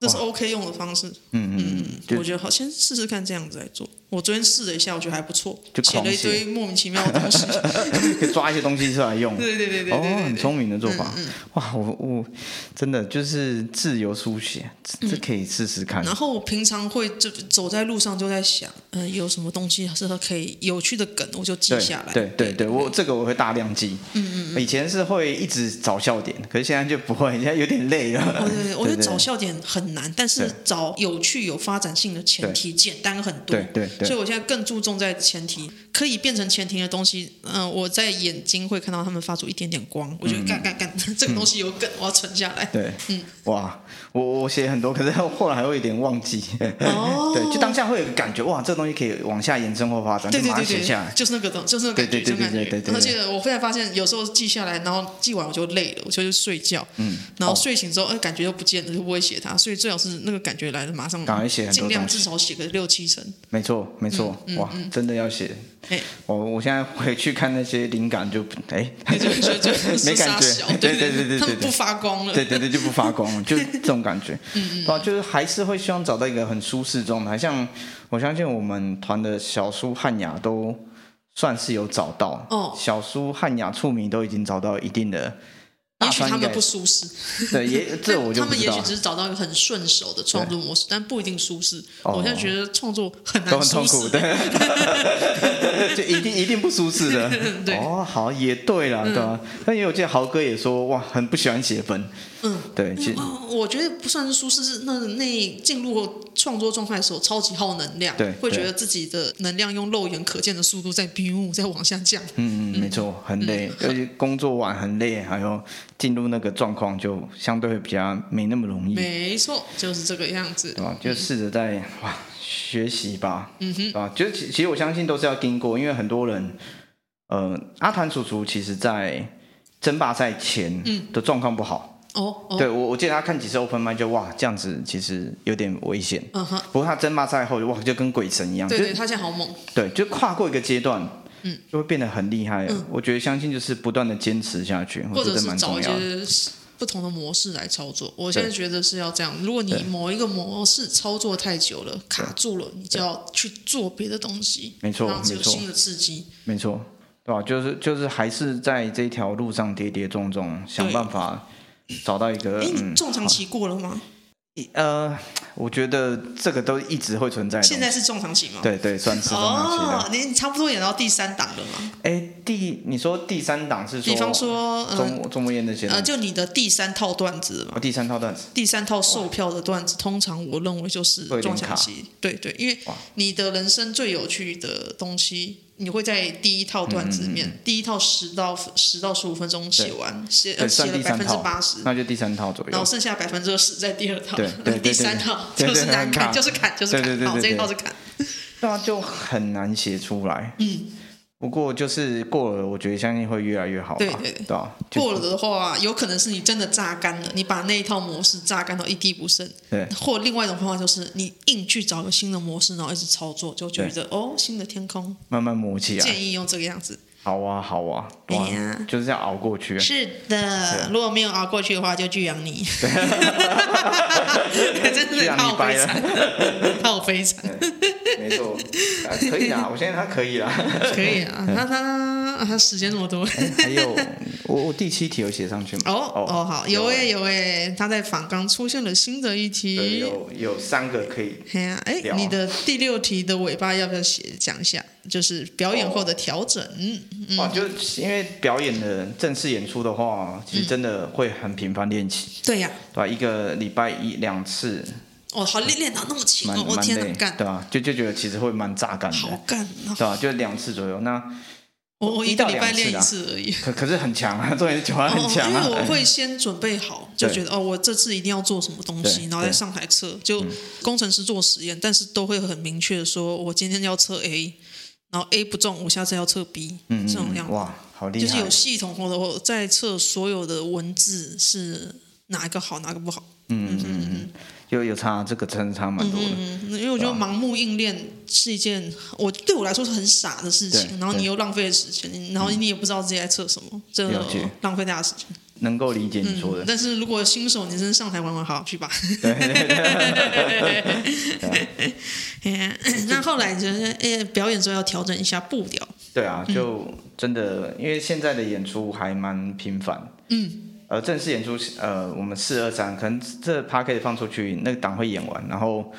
Speaker 1: 这是 OK 用的方式。
Speaker 2: 嗯嗯嗯，就
Speaker 1: 我觉得好，先试试看这样子来做。我昨天试了一下，我觉得还不错，
Speaker 2: 就
Speaker 1: 写
Speaker 2: 狂
Speaker 1: 了一堆莫名其妙的 东西。
Speaker 2: 可以抓一些东西出来用。
Speaker 1: 对对对对对
Speaker 2: 哦，
Speaker 1: 对
Speaker 2: 很
Speaker 1: 对
Speaker 2: 聪明的做法。
Speaker 1: 嗯
Speaker 2: 哇，我我真的就是自由书写，这这可以试试看。
Speaker 1: 嗯然后我平常会就走在路上就在想，嗯、有什么东西是可以有趣的梗，我就记
Speaker 2: 对
Speaker 1: 下来。
Speaker 2: 对对对，我这个我会大量记。嗯嗯。以前是会一直找笑点，可是现在就不会，现在有点累了。
Speaker 1: 哦，对对，我觉得
Speaker 2: 对
Speaker 1: 找笑点很难，但是
Speaker 2: 对
Speaker 1: 找有趣、有发展性的前提简单很多。
Speaker 2: 对对对
Speaker 1: 所以我现在更注重在前提，可以变成前提的东西。嗯、我在眼睛会看到他们发出一点点光，我觉
Speaker 2: 嗯
Speaker 1: 得干干干， 这个东西有梗，我要存下来。
Speaker 2: 对，嗯，哇，我我写很多，可是后来还会有点忘记。
Speaker 1: 哦
Speaker 2: 对，就当下会有个感觉，哇，这个东西可以往下延伸或发展，就
Speaker 1: 对对
Speaker 2: 马上
Speaker 1: 对
Speaker 2: 写
Speaker 1: 对，
Speaker 2: 下来。
Speaker 1: 就是那个东，就是那个感觉，
Speaker 2: 对对对
Speaker 1: 这种
Speaker 2: 对对对对对
Speaker 1: 感觉。而且我后来发现，有时候记下来，然后记完我就累了，我就去睡觉。
Speaker 2: 嗯
Speaker 1: 然后
Speaker 2: 哦
Speaker 1: 睡醒之后，哎，感觉又不见了，就不会写它。所以最好是那个感觉来了，马上
Speaker 2: 赶快写很多
Speaker 1: 尽量
Speaker 2: 东
Speaker 1: 至少写个六七 成。
Speaker 2: 没错，没错，
Speaker 1: 嗯
Speaker 2: 哇，真的要写。
Speaker 1: 哎，
Speaker 2: 我我现在回去看那些灵感就哎，
Speaker 1: 就就就
Speaker 2: 没感觉
Speaker 1: 小，
Speaker 2: 对
Speaker 1: 对
Speaker 2: 对对对
Speaker 1: 他们
Speaker 2: 对
Speaker 1: 不发光了。
Speaker 2: 对对对，就不发光了，就这种感 觉。嗯对啊，就是还是会希望找到一个很舒适的状态。像我相信我们团的小苏、汉雅都算是有找到。
Speaker 1: 哦
Speaker 2: 小苏、汉雅、触米都已经找到一定的大
Speaker 1: 也许
Speaker 2: 川
Speaker 1: 他
Speaker 2: 应该。
Speaker 1: 们不舒适，
Speaker 2: 对，也这我就
Speaker 1: 他
Speaker 2: 不
Speaker 1: 们
Speaker 2: 知
Speaker 1: 也
Speaker 2: 道
Speaker 1: 许
Speaker 2: 了。
Speaker 1: 只是找到一个很顺手的创作模式，但不一定舒适。
Speaker 2: 哦
Speaker 1: 我现在觉得创作很
Speaker 2: 都
Speaker 1: 难
Speaker 2: 很
Speaker 1: 舒
Speaker 2: 痛
Speaker 1: 适
Speaker 2: 苦，，对， 就一定一定不舒适的。
Speaker 1: 对
Speaker 2: 哦，好，也对啦，对吧？但也有见豪哥也说，哇，很不喜欢写分。
Speaker 1: 嗯，
Speaker 2: 对，其实
Speaker 1: 哦，我觉得不算是舒适，是那那进入创作状态的时候，超级耗能量，
Speaker 2: 对
Speaker 1: 会
Speaker 2: 对
Speaker 1: 觉得自己的能量用肉眼可见的速度在 BU 在往下降。
Speaker 2: 嗯，嗯，没错，很累，而且工作完很累，还有进入那个状况就相对会比较没那么容易，
Speaker 1: 没错，就是这个样子
Speaker 2: 对。吧？就试着在哇学习吧，嗯哼，啊，就其其实我相信都是要经过，因为很多人，呃，阿谭叔叔其实在争霸赛前的状况不好，
Speaker 1: 哦哦，
Speaker 2: 对我我记得他看几次 open m i 就哇这样子其实有点危险，
Speaker 1: 嗯哼，
Speaker 2: 不过他争霸赛后哇就跟鬼神一样，
Speaker 1: 对
Speaker 2: 就
Speaker 1: 对，他现在好猛，
Speaker 2: 对，就跨过一个阶段，
Speaker 1: 嗯，
Speaker 2: 就会变得很厉害了。我觉得相信就是不断的坚持下去，
Speaker 1: 或
Speaker 2: 我觉
Speaker 1: 者
Speaker 2: 得
Speaker 1: 是
Speaker 2: 蛮
Speaker 1: 找
Speaker 2: 重
Speaker 1: 一
Speaker 2: 要的。
Speaker 1: 些不同的模式来操作。我现在
Speaker 2: 对
Speaker 1: 觉得是要这样，如果你
Speaker 2: 对
Speaker 1: 某一个模式操作太久了，卡住了，你就要去做别的东西，
Speaker 2: 没错
Speaker 1: 让自己有
Speaker 2: 没错
Speaker 1: 新的刺激。
Speaker 2: 没错，对吧？就是就是还是在这条路上跌跌撞撞，想办法找到一个
Speaker 1: 哎，
Speaker 2: 嗯
Speaker 1: 你，撞墙期过了吗？
Speaker 2: 一呃，我觉得这个都一直会存在的东西。
Speaker 1: 现在是撞墙期吗？。
Speaker 2: 对对，算是中长期
Speaker 1: 哦
Speaker 2: 的。，
Speaker 1: 你差不多演到第三档了嘛？
Speaker 2: 哎，第你说第三档是说，
Speaker 1: 比方说，嗯、
Speaker 2: 中中末宴那些
Speaker 1: 呃，
Speaker 2: 东西，
Speaker 1: 就你的第三套段子嘛
Speaker 2: 哦，第三套段子，
Speaker 1: 第三套售票的段子，通常我认为就是
Speaker 2: 会有
Speaker 1: 撞
Speaker 2: 点
Speaker 1: 墙期。对对，因为
Speaker 2: 哇
Speaker 1: 你的人生最有趣的东西，你会在第一套段子里
Speaker 2: 嗯
Speaker 1: 面，第一套十到十到十五分钟写完，写
Speaker 2: 对，
Speaker 1: 呃写
Speaker 2: 算
Speaker 1: 了
Speaker 2: 第
Speaker 1: 百
Speaker 2: 三
Speaker 1: 分之
Speaker 2: 套
Speaker 1: 八十，，
Speaker 2: 那就第三套左
Speaker 1: 然
Speaker 2: 右
Speaker 1: 后。剩下百分之二十在第二套
Speaker 2: 对对对，
Speaker 1: 第
Speaker 2: 对
Speaker 1: 三套
Speaker 2: 对
Speaker 1: 就是
Speaker 2: 对
Speaker 1: 难
Speaker 2: 很
Speaker 1: 砍，
Speaker 2: 卡
Speaker 1: 就是砍，就是
Speaker 2: 对对
Speaker 1: 砍，
Speaker 2: 对
Speaker 1: 好，
Speaker 2: 对
Speaker 1: 这一
Speaker 2: 对
Speaker 1: 套是砍。
Speaker 2: 对啊，就很难写出来。
Speaker 1: 嗯，
Speaker 2: 不过就是过了，我觉得相信会越来越好吧。
Speaker 1: 对对对
Speaker 2: 对啊，就
Speaker 1: 过了的话，有可能是你真的榨干了，你把那一套模式榨干到一滴不剩。
Speaker 2: 对
Speaker 1: 或另外一种方法就是你硬去找个新的模式，然后一直操作，就觉得哦，新的天空。
Speaker 2: 慢慢磨起来。
Speaker 1: 建议用这个样子。
Speaker 2: 好啊，好啊，
Speaker 1: 哎
Speaker 2: 哇，
Speaker 1: 呀
Speaker 2: 就是要熬过 去。啊
Speaker 1: 是的，如果没有熬过去的话，就巨养 你。真
Speaker 2: 巨
Speaker 1: 的
Speaker 2: 阳你
Speaker 1: 好
Speaker 2: 掰
Speaker 1: 悲
Speaker 2: 了
Speaker 1: 惨， 好悲惨。
Speaker 2: 没错，啊可以 啦，我现在他可以啦。
Speaker 1: 可以啊，他他他时间这么多。
Speaker 2: 还有，我我第七题有写上去吗？
Speaker 1: 哦哦，好，有哎
Speaker 2: 诶，
Speaker 1: 有哎，他在访刚出现了新的一
Speaker 2: 欸对
Speaker 1: 题。
Speaker 2: 有有三个可以。
Speaker 1: 哎呀，哎
Speaker 2: 聊，啊
Speaker 1: 你的第六题的尾巴要不要写讲一下？就是表演后的调整。嗯
Speaker 2: 哇，就是因为表演的正式演出的话，其实真的会很频繁练习，
Speaker 1: 对呀，
Speaker 2: 对吧？一个礼拜一两次，
Speaker 1: 哦，好练练到那么勤
Speaker 2: 蛮
Speaker 1: 哦，我
Speaker 2: 蛮
Speaker 1: 天哪
Speaker 2: 累，，
Speaker 1: 干
Speaker 2: 对吧？就就觉得其实会蛮榨干的。
Speaker 1: 好干啊！
Speaker 2: 对啊，就两次左右。那
Speaker 1: 我我一
Speaker 2: 一
Speaker 1: 个
Speaker 2: 到
Speaker 1: 礼拜
Speaker 2: 两次
Speaker 1: 练一
Speaker 2: 啊
Speaker 1: 次而已。
Speaker 2: 可可是很强啊，重 点是九号 很
Speaker 1: 哦，
Speaker 2: 强
Speaker 1: 因
Speaker 2: 啊。
Speaker 1: 为我会先准备好，就觉得哦，我这次一定要做什么东西，
Speaker 2: 对嗯
Speaker 1: 然后再上台测。就工程师做实验，但是都会很明确的说，我今天要测 A，然后 A 不中，我下次要测 B，
Speaker 2: 嗯
Speaker 1: 这种
Speaker 2: 嗯
Speaker 1: 样
Speaker 2: 嗯，
Speaker 1: 子。
Speaker 2: 哇，好厉害！
Speaker 1: 就是有系统或者我在测所有的文字是哪一个好，哪个不好。
Speaker 2: 嗯嗯嗯嗯，有有差，这个真的差蛮多的。
Speaker 1: 嗯，因为我觉
Speaker 2: 啊
Speaker 1: 得盲目硬练是一件我对我来说是很傻的事情，
Speaker 2: 对
Speaker 1: 然后你
Speaker 2: 对嗯
Speaker 1: 又浪费了时间，然后你也不知道自己在测什么，这
Speaker 2: 了解
Speaker 1: 浪费大家时间。
Speaker 2: 能够理解你说的
Speaker 1: 嗯，。但是如果新手，你真的上台玩玩，好好去吧。
Speaker 2: 啊
Speaker 1: 哎那后来就是，哎，表演之后要调整一下步调。
Speaker 2: 对啊，
Speaker 1: 嗯
Speaker 2: 就真的，因为现在的演出还蛮频繁。
Speaker 1: 嗯。
Speaker 2: 呃，正式演出，呃，我们四二三，可能这趴可以放出去，那个档会演完，然后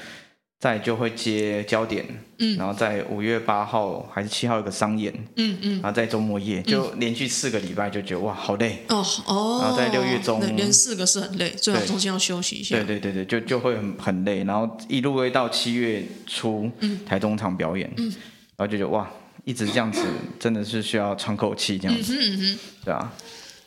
Speaker 2: 再就会接焦点，
Speaker 1: 嗯
Speaker 2: 然后在五月八号还是七号有个商演，
Speaker 1: 嗯嗯
Speaker 2: 然，后在周末夜，就连续四个礼拜就觉得哇，好累，
Speaker 1: 哦哦。
Speaker 2: 然后在六月中
Speaker 1: 对连四个是很累，最好中间要休息一下。
Speaker 2: 对对对对，就就会很很累，然后一路会到七月初，
Speaker 1: 嗯
Speaker 2: 台中场表演，然后就觉得哇，一直这样子，真的是需要喘口气
Speaker 1: 嗯
Speaker 2: 这样子，对啊，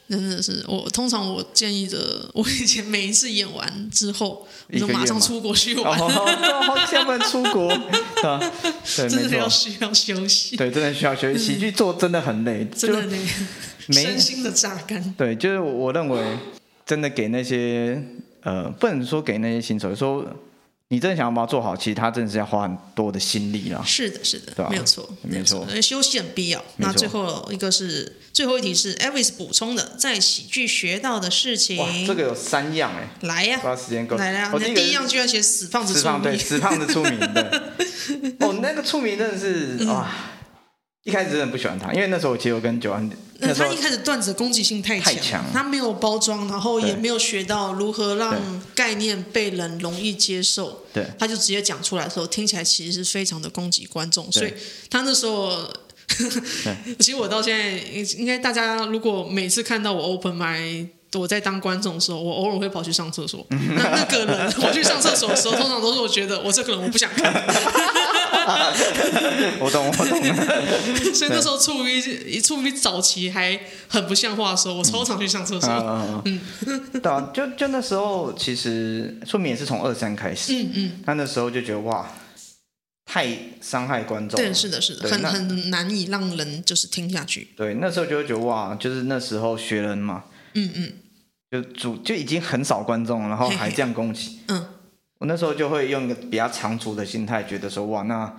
Speaker 1: 真的是我通常我建议的，我以前每一次演完之后，我
Speaker 2: 一
Speaker 1: 就
Speaker 2: 个月吗
Speaker 1: 马上出国去
Speaker 2: 哦，
Speaker 1: 玩，
Speaker 2: 哦要不然出国，对啊，对，
Speaker 1: 真的
Speaker 2: 没
Speaker 1: 要
Speaker 2: 错，
Speaker 1: 需要休息，
Speaker 2: 对，真的需要学习喜剧做，真的很累，
Speaker 1: 真
Speaker 2: 就
Speaker 1: 的得
Speaker 2: 没
Speaker 1: 身心的榨干。
Speaker 2: 对，就是我我认为真的给那些呃，不能说给那些新手，有时候你真的想要把它做好，其实他真的是要花很多的心力啦。
Speaker 1: 是的，是的，
Speaker 2: 对啊
Speaker 1: 没有错，
Speaker 2: 没错
Speaker 1: 有休息很必要。
Speaker 2: 没
Speaker 1: 那
Speaker 2: 错
Speaker 1: 最后一个是最后一题是 Elvis 补充的，在喜剧学到的事情
Speaker 2: 哇，，这个有三样哎、
Speaker 1: 来呀
Speaker 2: 不知，道时间够。
Speaker 1: 来呀！
Speaker 2: 我
Speaker 1: 那
Speaker 2: 第一个
Speaker 1: 第一
Speaker 2: 是
Speaker 1: 样居然写死胖子
Speaker 2: 死
Speaker 1: 出
Speaker 2: 胖对
Speaker 1: 名，
Speaker 2: 死胖子出名对。 哦，那个出名真的是
Speaker 1: 嗯
Speaker 2: 哇！一开始真的不喜欢他，因为那时候我其实我跟九安那
Speaker 1: 那嗯
Speaker 2: 时
Speaker 1: 他
Speaker 2: 候
Speaker 1: 一开始段子攻击性太
Speaker 2: 太强
Speaker 1: 他没有包装，然后也
Speaker 2: 对
Speaker 1: 没有学到如何让
Speaker 2: 对
Speaker 1: 概念被人容易接受，
Speaker 2: 对
Speaker 1: 他就直接讲出来的时候，听起来其实是非常的攻击观众，所以他那时候。 其实我到现在，应该大家如果每次看到我 open my，我在当观众的时候，我偶尔会跑去上厕所。那那个人， 我去上厕所的时候，通常都是我觉得我这个人我不想看，
Speaker 2: 我懂 我嗯懂，
Speaker 1: 所以那时候处于处于早期还很不像话的时候，我超常去上厕所。
Speaker 2: 嗯嗯嗯，对啊，就就那时候其实出名也是从二三开始，
Speaker 1: 嗯嗯，
Speaker 2: 他那时候就觉得哇，太伤害观众 了，
Speaker 1: 对，是的，是的，
Speaker 2: 对
Speaker 1: 很
Speaker 2: 那
Speaker 1: 很难以让人就是听下去。
Speaker 2: 对，那时候就会觉得哇，就是那时候学人嘛，
Speaker 1: 嗯嗯
Speaker 2: 就主就已经很少观众了，然后还这样攻击，
Speaker 1: 嗯，
Speaker 2: 我那时候就会用一个比较长足的心态，觉得说哇，那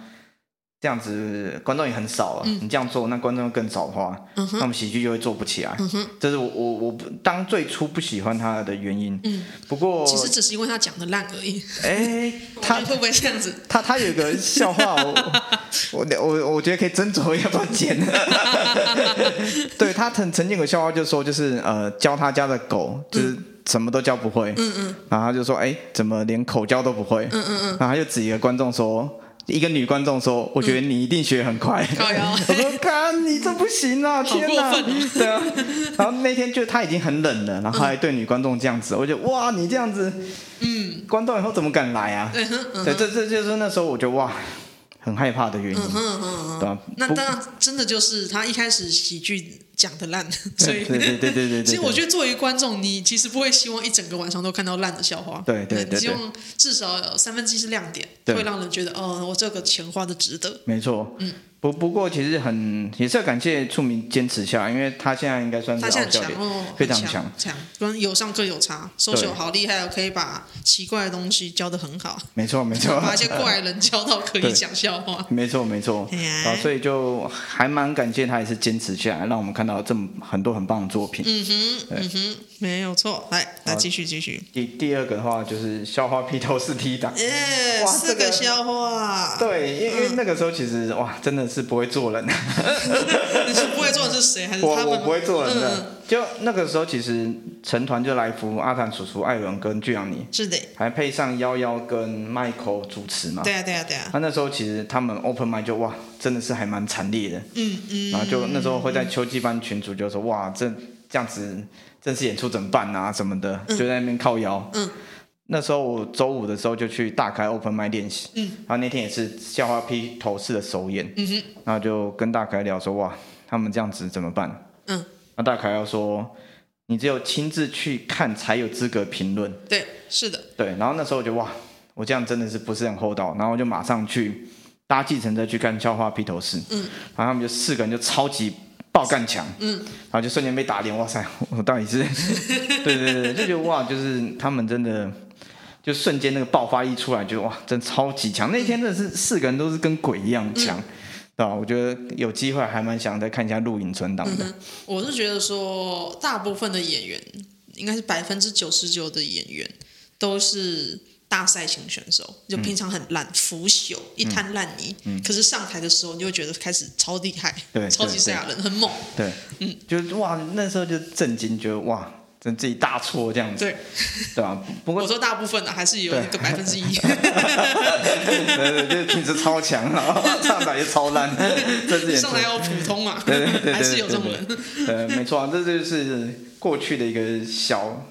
Speaker 2: 这样子观众也很少了，啊
Speaker 1: 嗯
Speaker 2: 你这样做，那观众更少的话，那我们喜剧就会做不起来。
Speaker 1: 嗯
Speaker 2: 这是我我我不当最初不喜欢他的原因。不过
Speaker 1: 嗯其实只是因为他讲的烂而已。
Speaker 2: 哎，他
Speaker 1: 我觉得会不会这样子？
Speaker 2: 他他有一个笑话，我我我我觉得可以斟酌要不要剪。对他曾曾经有个笑话，就说就是呃教他家的狗就是什么都教不会，嗯嗯，然后他就说哎怎么连口交都不会，嗯嗯嗯，然后他就指一个观众说。一个女观众说：“我觉得你一定学很快。
Speaker 1: 靠腰
Speaker 2: 我说：“看你这不行啊！
Speaker 1: 好
Speaker 2: 天
Speaker 1: 过
Speaker 2: 哪
Speaker 1: 分哦！”
Speaker 2: 对啊。然后那天就他已经很冷了，然后还对女观众这样子，我就觉得哇，你这样子，嗯，观众以后怎么敢来啊？
Speaker 1: 嗯哼嗯
Speaker 2: 对，这这就是那时候我就哇，很害怕的原因，
Speaker 1: 嗯嗯嗯。
Speaker 2: 对吧？
Speaker 1: 那
Speaker 2: 不
Speaker 1: 当然，真的就是他一开始喜剧讲的烂，所以
Speaker 2: 对对对对对对，
Speaker 1: 其实我觉
Speaker 2: 得
Speaker 1: 得作为观众，你其实不会希望一整个晚上都看到烂的笑话，
Speaker 2: 对对对
Speaker 1: 你希望至少有三分之一是亮点，
Speaker 2: 对
Speaker 1: 会让人觉得哦，我这个钱花的值得。
Speaker 2: 没错，
Speaker 1: 嗯
Speaker 2: 不不过其实很也是要感谢处明坚持下来，因为他现在应该算是
Speaker 1: 他现在
Speaker 2: 傲
Speaker 1: 很
Speaker 2: 教
Speaker 1: 强
Speaker 2: 练，
Speaker 1: 哦，
Speaker 2: 非常
Speaker 1: 很强
Speaker 2: 强，
Speaker 1: 强跟有上课有差，搜
Speaker 2: 对
Speaker 1: 球好厉害哦，可以把奇怪的东西教的很 好，
Speaker 2: 没错没错，
Speaker 1: 把一些怪人教到可以
Speaker 2: 对
Speaker 1: 讲笑话。
Speaker 2: 没错没错
Speaker 1: 哎呀，
Speaker 2: 啊，所以就还蛮感谢他也是坚持下来，让我们看到这么很多很棒的作品。
Speaker 1: 嗯哼，嗯哼，没有错。来，来继续继续。
Speaker 2: 第第二个的话就是笑话披头士踢
Speaker 1: 哎
Speaker 2: 打，
Speaker 1: 耶，
Speaker 2: 哇
Speaker 1: 四
Speaker 2: 这
Speaker 1: 个
Speaker 2: 个
Speaker 1: 笑话，
Speaker 2: 对，因为
Speaker 1: 嗯
Speaker 2: 因为那个时候其实哇，真的是不会做 人。
Speaker 1: 你是不会做的是谁？还是他
Speaker 2: 我
Speaker 1: 们？
Speaker 2: 我不会做人
Speaker 1: 嗯，嗯
Speaker 2: 的。就那个时候，其实成团就来福、阿谭叔叔、艾伦跟巨阳尼，
Speaker 1: 是的，
Speaker 2: 还配上幺幺跟 Michael 主持嘛。
Speaker 1: 对啊，对啊，对啊。
Speaker 2: 他那时候其实他们 open mic 就哇，真的是还蛮惨烈的。
Speaker 1: 嗯嗯。
Speaker 2: 然后就那时候会在秋季班群组就说哇，这这样子正式演出怎么办啊什么的，就在那边靠腰。
Speaker 1: 嗯
Speaker 2: 那时候我周五的时候就去大开 open mic 练习，
Speaker 1: 嗯
Speaker 2: 然后那天也是校花批头饰的首演，
Speaker 1: 嗯哼，
Speaker 2: 然后就跟大凯聊说，哇，他们这样子怎么办？
Speaker 1: 嗯，
Speaker 2: 那大凯要说，你只有亲自去看才有资格评论。
Speaker 1: 对，是的，
Speaker 2: 对，然后那时候我就哇，我这样真的是不是很厚道，然后我就马上去搭计程车去看校花披头士，嗯，然后他们就四个人就超级爆干强，嗯，然后就瞬间被打脸，哇塞，我到 底是，对对对，就觉得哇，就是他们真的。就瞬间那个爆发力出来，就哇，真超级强！那天真的是四个人都是跟鬼一样强，对吧？我觉得有机会还蛮想再看一下录影存档的。
Speaker 1: 我是觉得说，大部分的演员，应该是百分之九十九的演员都是大赛型选手，
Speaker 2: 嗯
Speaker 1: 就平常很烂、腐朽、一滩烂泥，可是上台的时候，你就会觉得开始超厉害，
Speaker 2: 对
Speaker 1: 超级
Speaker 2: 对
Speaker 1: 赛亚人，很猛，
Speaker 2: 对，嗯，就是哇，那时候就震惊，觉得哇，真自己大错这样 子，
Speaker 1: 对。
Speaker 2: 对吧？不过
Speaker 1: 我说大部分的、还是有
Speaker 2: 对
Speaker 1: 一个百分 之一，
Speaker 2: 对对，就是平时超强，啊 然后上台就超 烂，这是演出
Speaker 1: 上。来要普通嘛，
Speaker 2: 对对对 对，
Speaker 1: 还是有这种
Speaker 2: 对
Speaker 1: 人。。
Speaker 2: 呃，没错啊，这就是过去的一个小，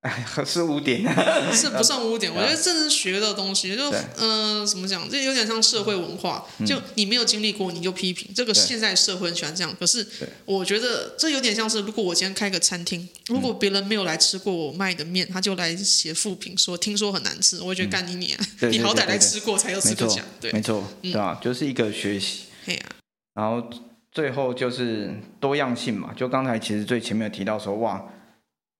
Speaker 2: 哎，是污点啊。
Speaker 1: 是不算 污点，我觉得这是学的东西，就
Speaker 2: 对嗯
Speaker 1: 嗯、呃，怎么讲，这有点像社会文化。就你没有经历过，你就批评，这个
Speaker 2: 对
Speaker 1: 现在社会很喜欢这样。可是我觉得这有点像是，如果我今天开个餐厅，如
Speaker 2: 嗯
Speaker 1: 果别人没有来吃过我卖的面，他就来写负评说听说很难吃，我会觉得干你你、啊，
Speaker 2: 嗯对
Speaker 1: 你
Speaker 2: 对
Speaker 1: 好歹
Speaker 2: 对对
Speaker 1: 来
Speaker 2: 对
Speaker 1: 吃过才有资
Speaker 2: 没
Speaker 1: 格
Speaker 2: 错
Speaker 1: 讲。，对，嗯
Speaker 2: 没错，对吧？就是一个学习。
Speaker 1: 嘿呀、
Speaker 2: 然后最后就是多样性嘛，就刚才其实最前面有提到说，哇，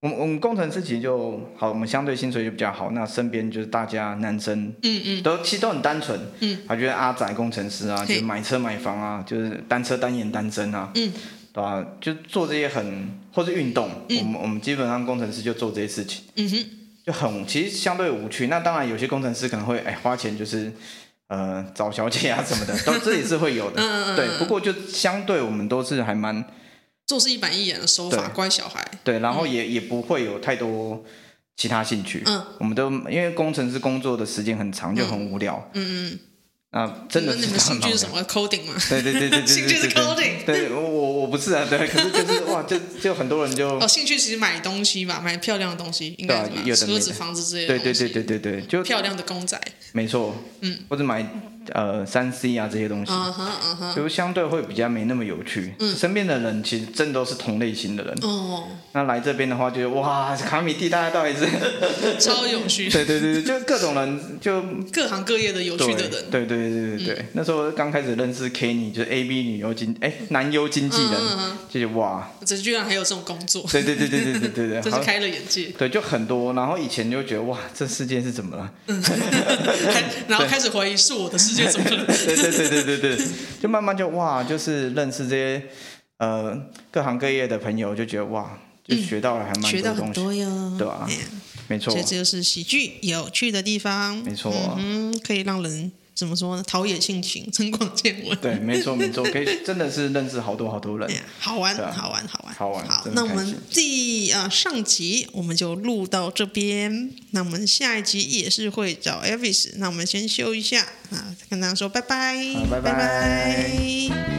Speaker 2: 我们我们工程师其实就好，我们相对薪水就比较好，那身边就是大家男生
Speaker 1: 嗯嗯，
Speaker 2: 都其实都很单纯，
Speaker 1: 嗯，
Speaker 2: 他觉得阿仔工程师啊，
Speaker 1: 嘿
Speaker 2: 就是买车买房啊，就是单车单眼单身啊，
Speaker 1: 嗯，
Speaker 2: 对吧、就做这些很或是运动，我们我们基本上工程师就做这些事情，
Speaker 1: 嗯哼，
Speaker 2: 就很其实相对无趣。那当然有些工程师可能会哎花钱就是呃找小姐啊 什么的，都这也是会有的，
Speaker 1: 嗯嗯嗯
Speaker 2: 对。不过就相对我们都是还蛮
Speaker 1: 做事一板一眼的手法，
Speaker 2: 对
Speaker 1: 乖小孩。
Speaker 2: 对，然后也、也不会有太多其他兴趣，
Speaker 1: 嗯，
Speaker 2: 我们都因为工程师工作的时间很长，就很无聊。
Speaker 1: 嗯嗯，
Speaker 2: 啊，真的
Speaker 1: 那
Speaker 2: 是
Speaker 1: 你们
Speaker 2: 这样
Speaker 1: 兴趣是
Speaker 2: 的
Speaker 1: 什么？coding 吗？
Speaker 2: 对对对对对对对，
Speaker 1: 兴趣是
Speaker 2: 对
Speaker 1: coding
Speaker 2: 对我我我不是啊，对， 可是就是哇，就就很多人就
Speaker 1: 哦，兴趣其实买东西吧，买漂亮的东西，应该
Speaker 2: 对啊
Speaker 1: 是吧
Speaker 2: 有的没
Speaker 1: 车
Speaker 2: 的
Speaker 1: 子、房子之类的
Speaker 2: 对对
Speaker 1: 东西
Speaker 2: 对对对对，就
Speaker 1: 漂亮的公仔，
Speaker 2: 没错，
Speaker 1: 嗯，
Speaker 2: 或者买呃三 C 啊这些东西，
Speaker 1: 嗯哼嗯哼，
Speaker 2: 就相对会比较没那么有趣。
Speaker 1: 嗯
Speaker 2: 身边的人其实真都是同类型的人，
Speaker 1: 哦，
Speaker 2: 那来这边的话就哇，卡米蒂大家到底是，
Speaker 1: 超有趣，
Speaker 2: 对对对对，就各种人就
Speaker 1: 各行各业的有
Speaker 2: 对
Speaker 1: 趣的人，嗯
Speaker 2: 对对对对对对，那时候刚开始认识 Kenny，就是 A B 女优经哎男优经纪人
Speaker 1: 嗯嗯嗯，
Speaker 2: 就是哇，
Speaker 1: 这居然还有这种工作，
Speaker 2: 对对对对对对对 对，
Speaker 1: 真
Speaker 2: 好
Speaker 1: 是开了眼界。
Speaker 2: 对，就很多。然后以前就觉得哇，这世界是怎 么了？
Speaker 1: 嗯还然后开始怀疑是我的世界怎么了？
Speaker 2: 对对对对对对，就慢慢就哇，就是认识这些呃各行各业的朋友，就觉得哇，就学到了还 蛮
Speaker 1: 嗯学到
Speaker 2: 多
Speaker 1: 很
Speaker 2: 东西，
Speaker 1: 多哟，
Speaker 2: 对吧
Speaker 1: 哎呀
Speaker 2: 没错
Speaker 1: 所以， 这就是喜剧有趣的地方，
Speaker 2: 没错
Speaker 1: 嗯哼，可以让人怎么说呢？陶冶性情，增广见闻，
Speaker 2: 对，没错没错，可以真的是认识好多好 多人
Speaker 1: 哎。呀好玩
Speaker 2: 对，啊
Speaker 1: 好玩，好玩，
Speaker 2: 好玩
Speaker 1: 好
Speaker 2: 真，
Speaker 1: 那
Speaker 2: 的
Speaker 1: 我
Speaker 2: 开
Speaker 1: 们
Speaker 2: 心
Speaker 1: 第啊、上集我们就录到这边，那我们下一集也是会找 Elvis，那我们先休一下啊，跟大家说拜拜
Speaker 2: 好，拜
Speaker 1: 拜
Speaker 2: 拜
Speaker 1: 拜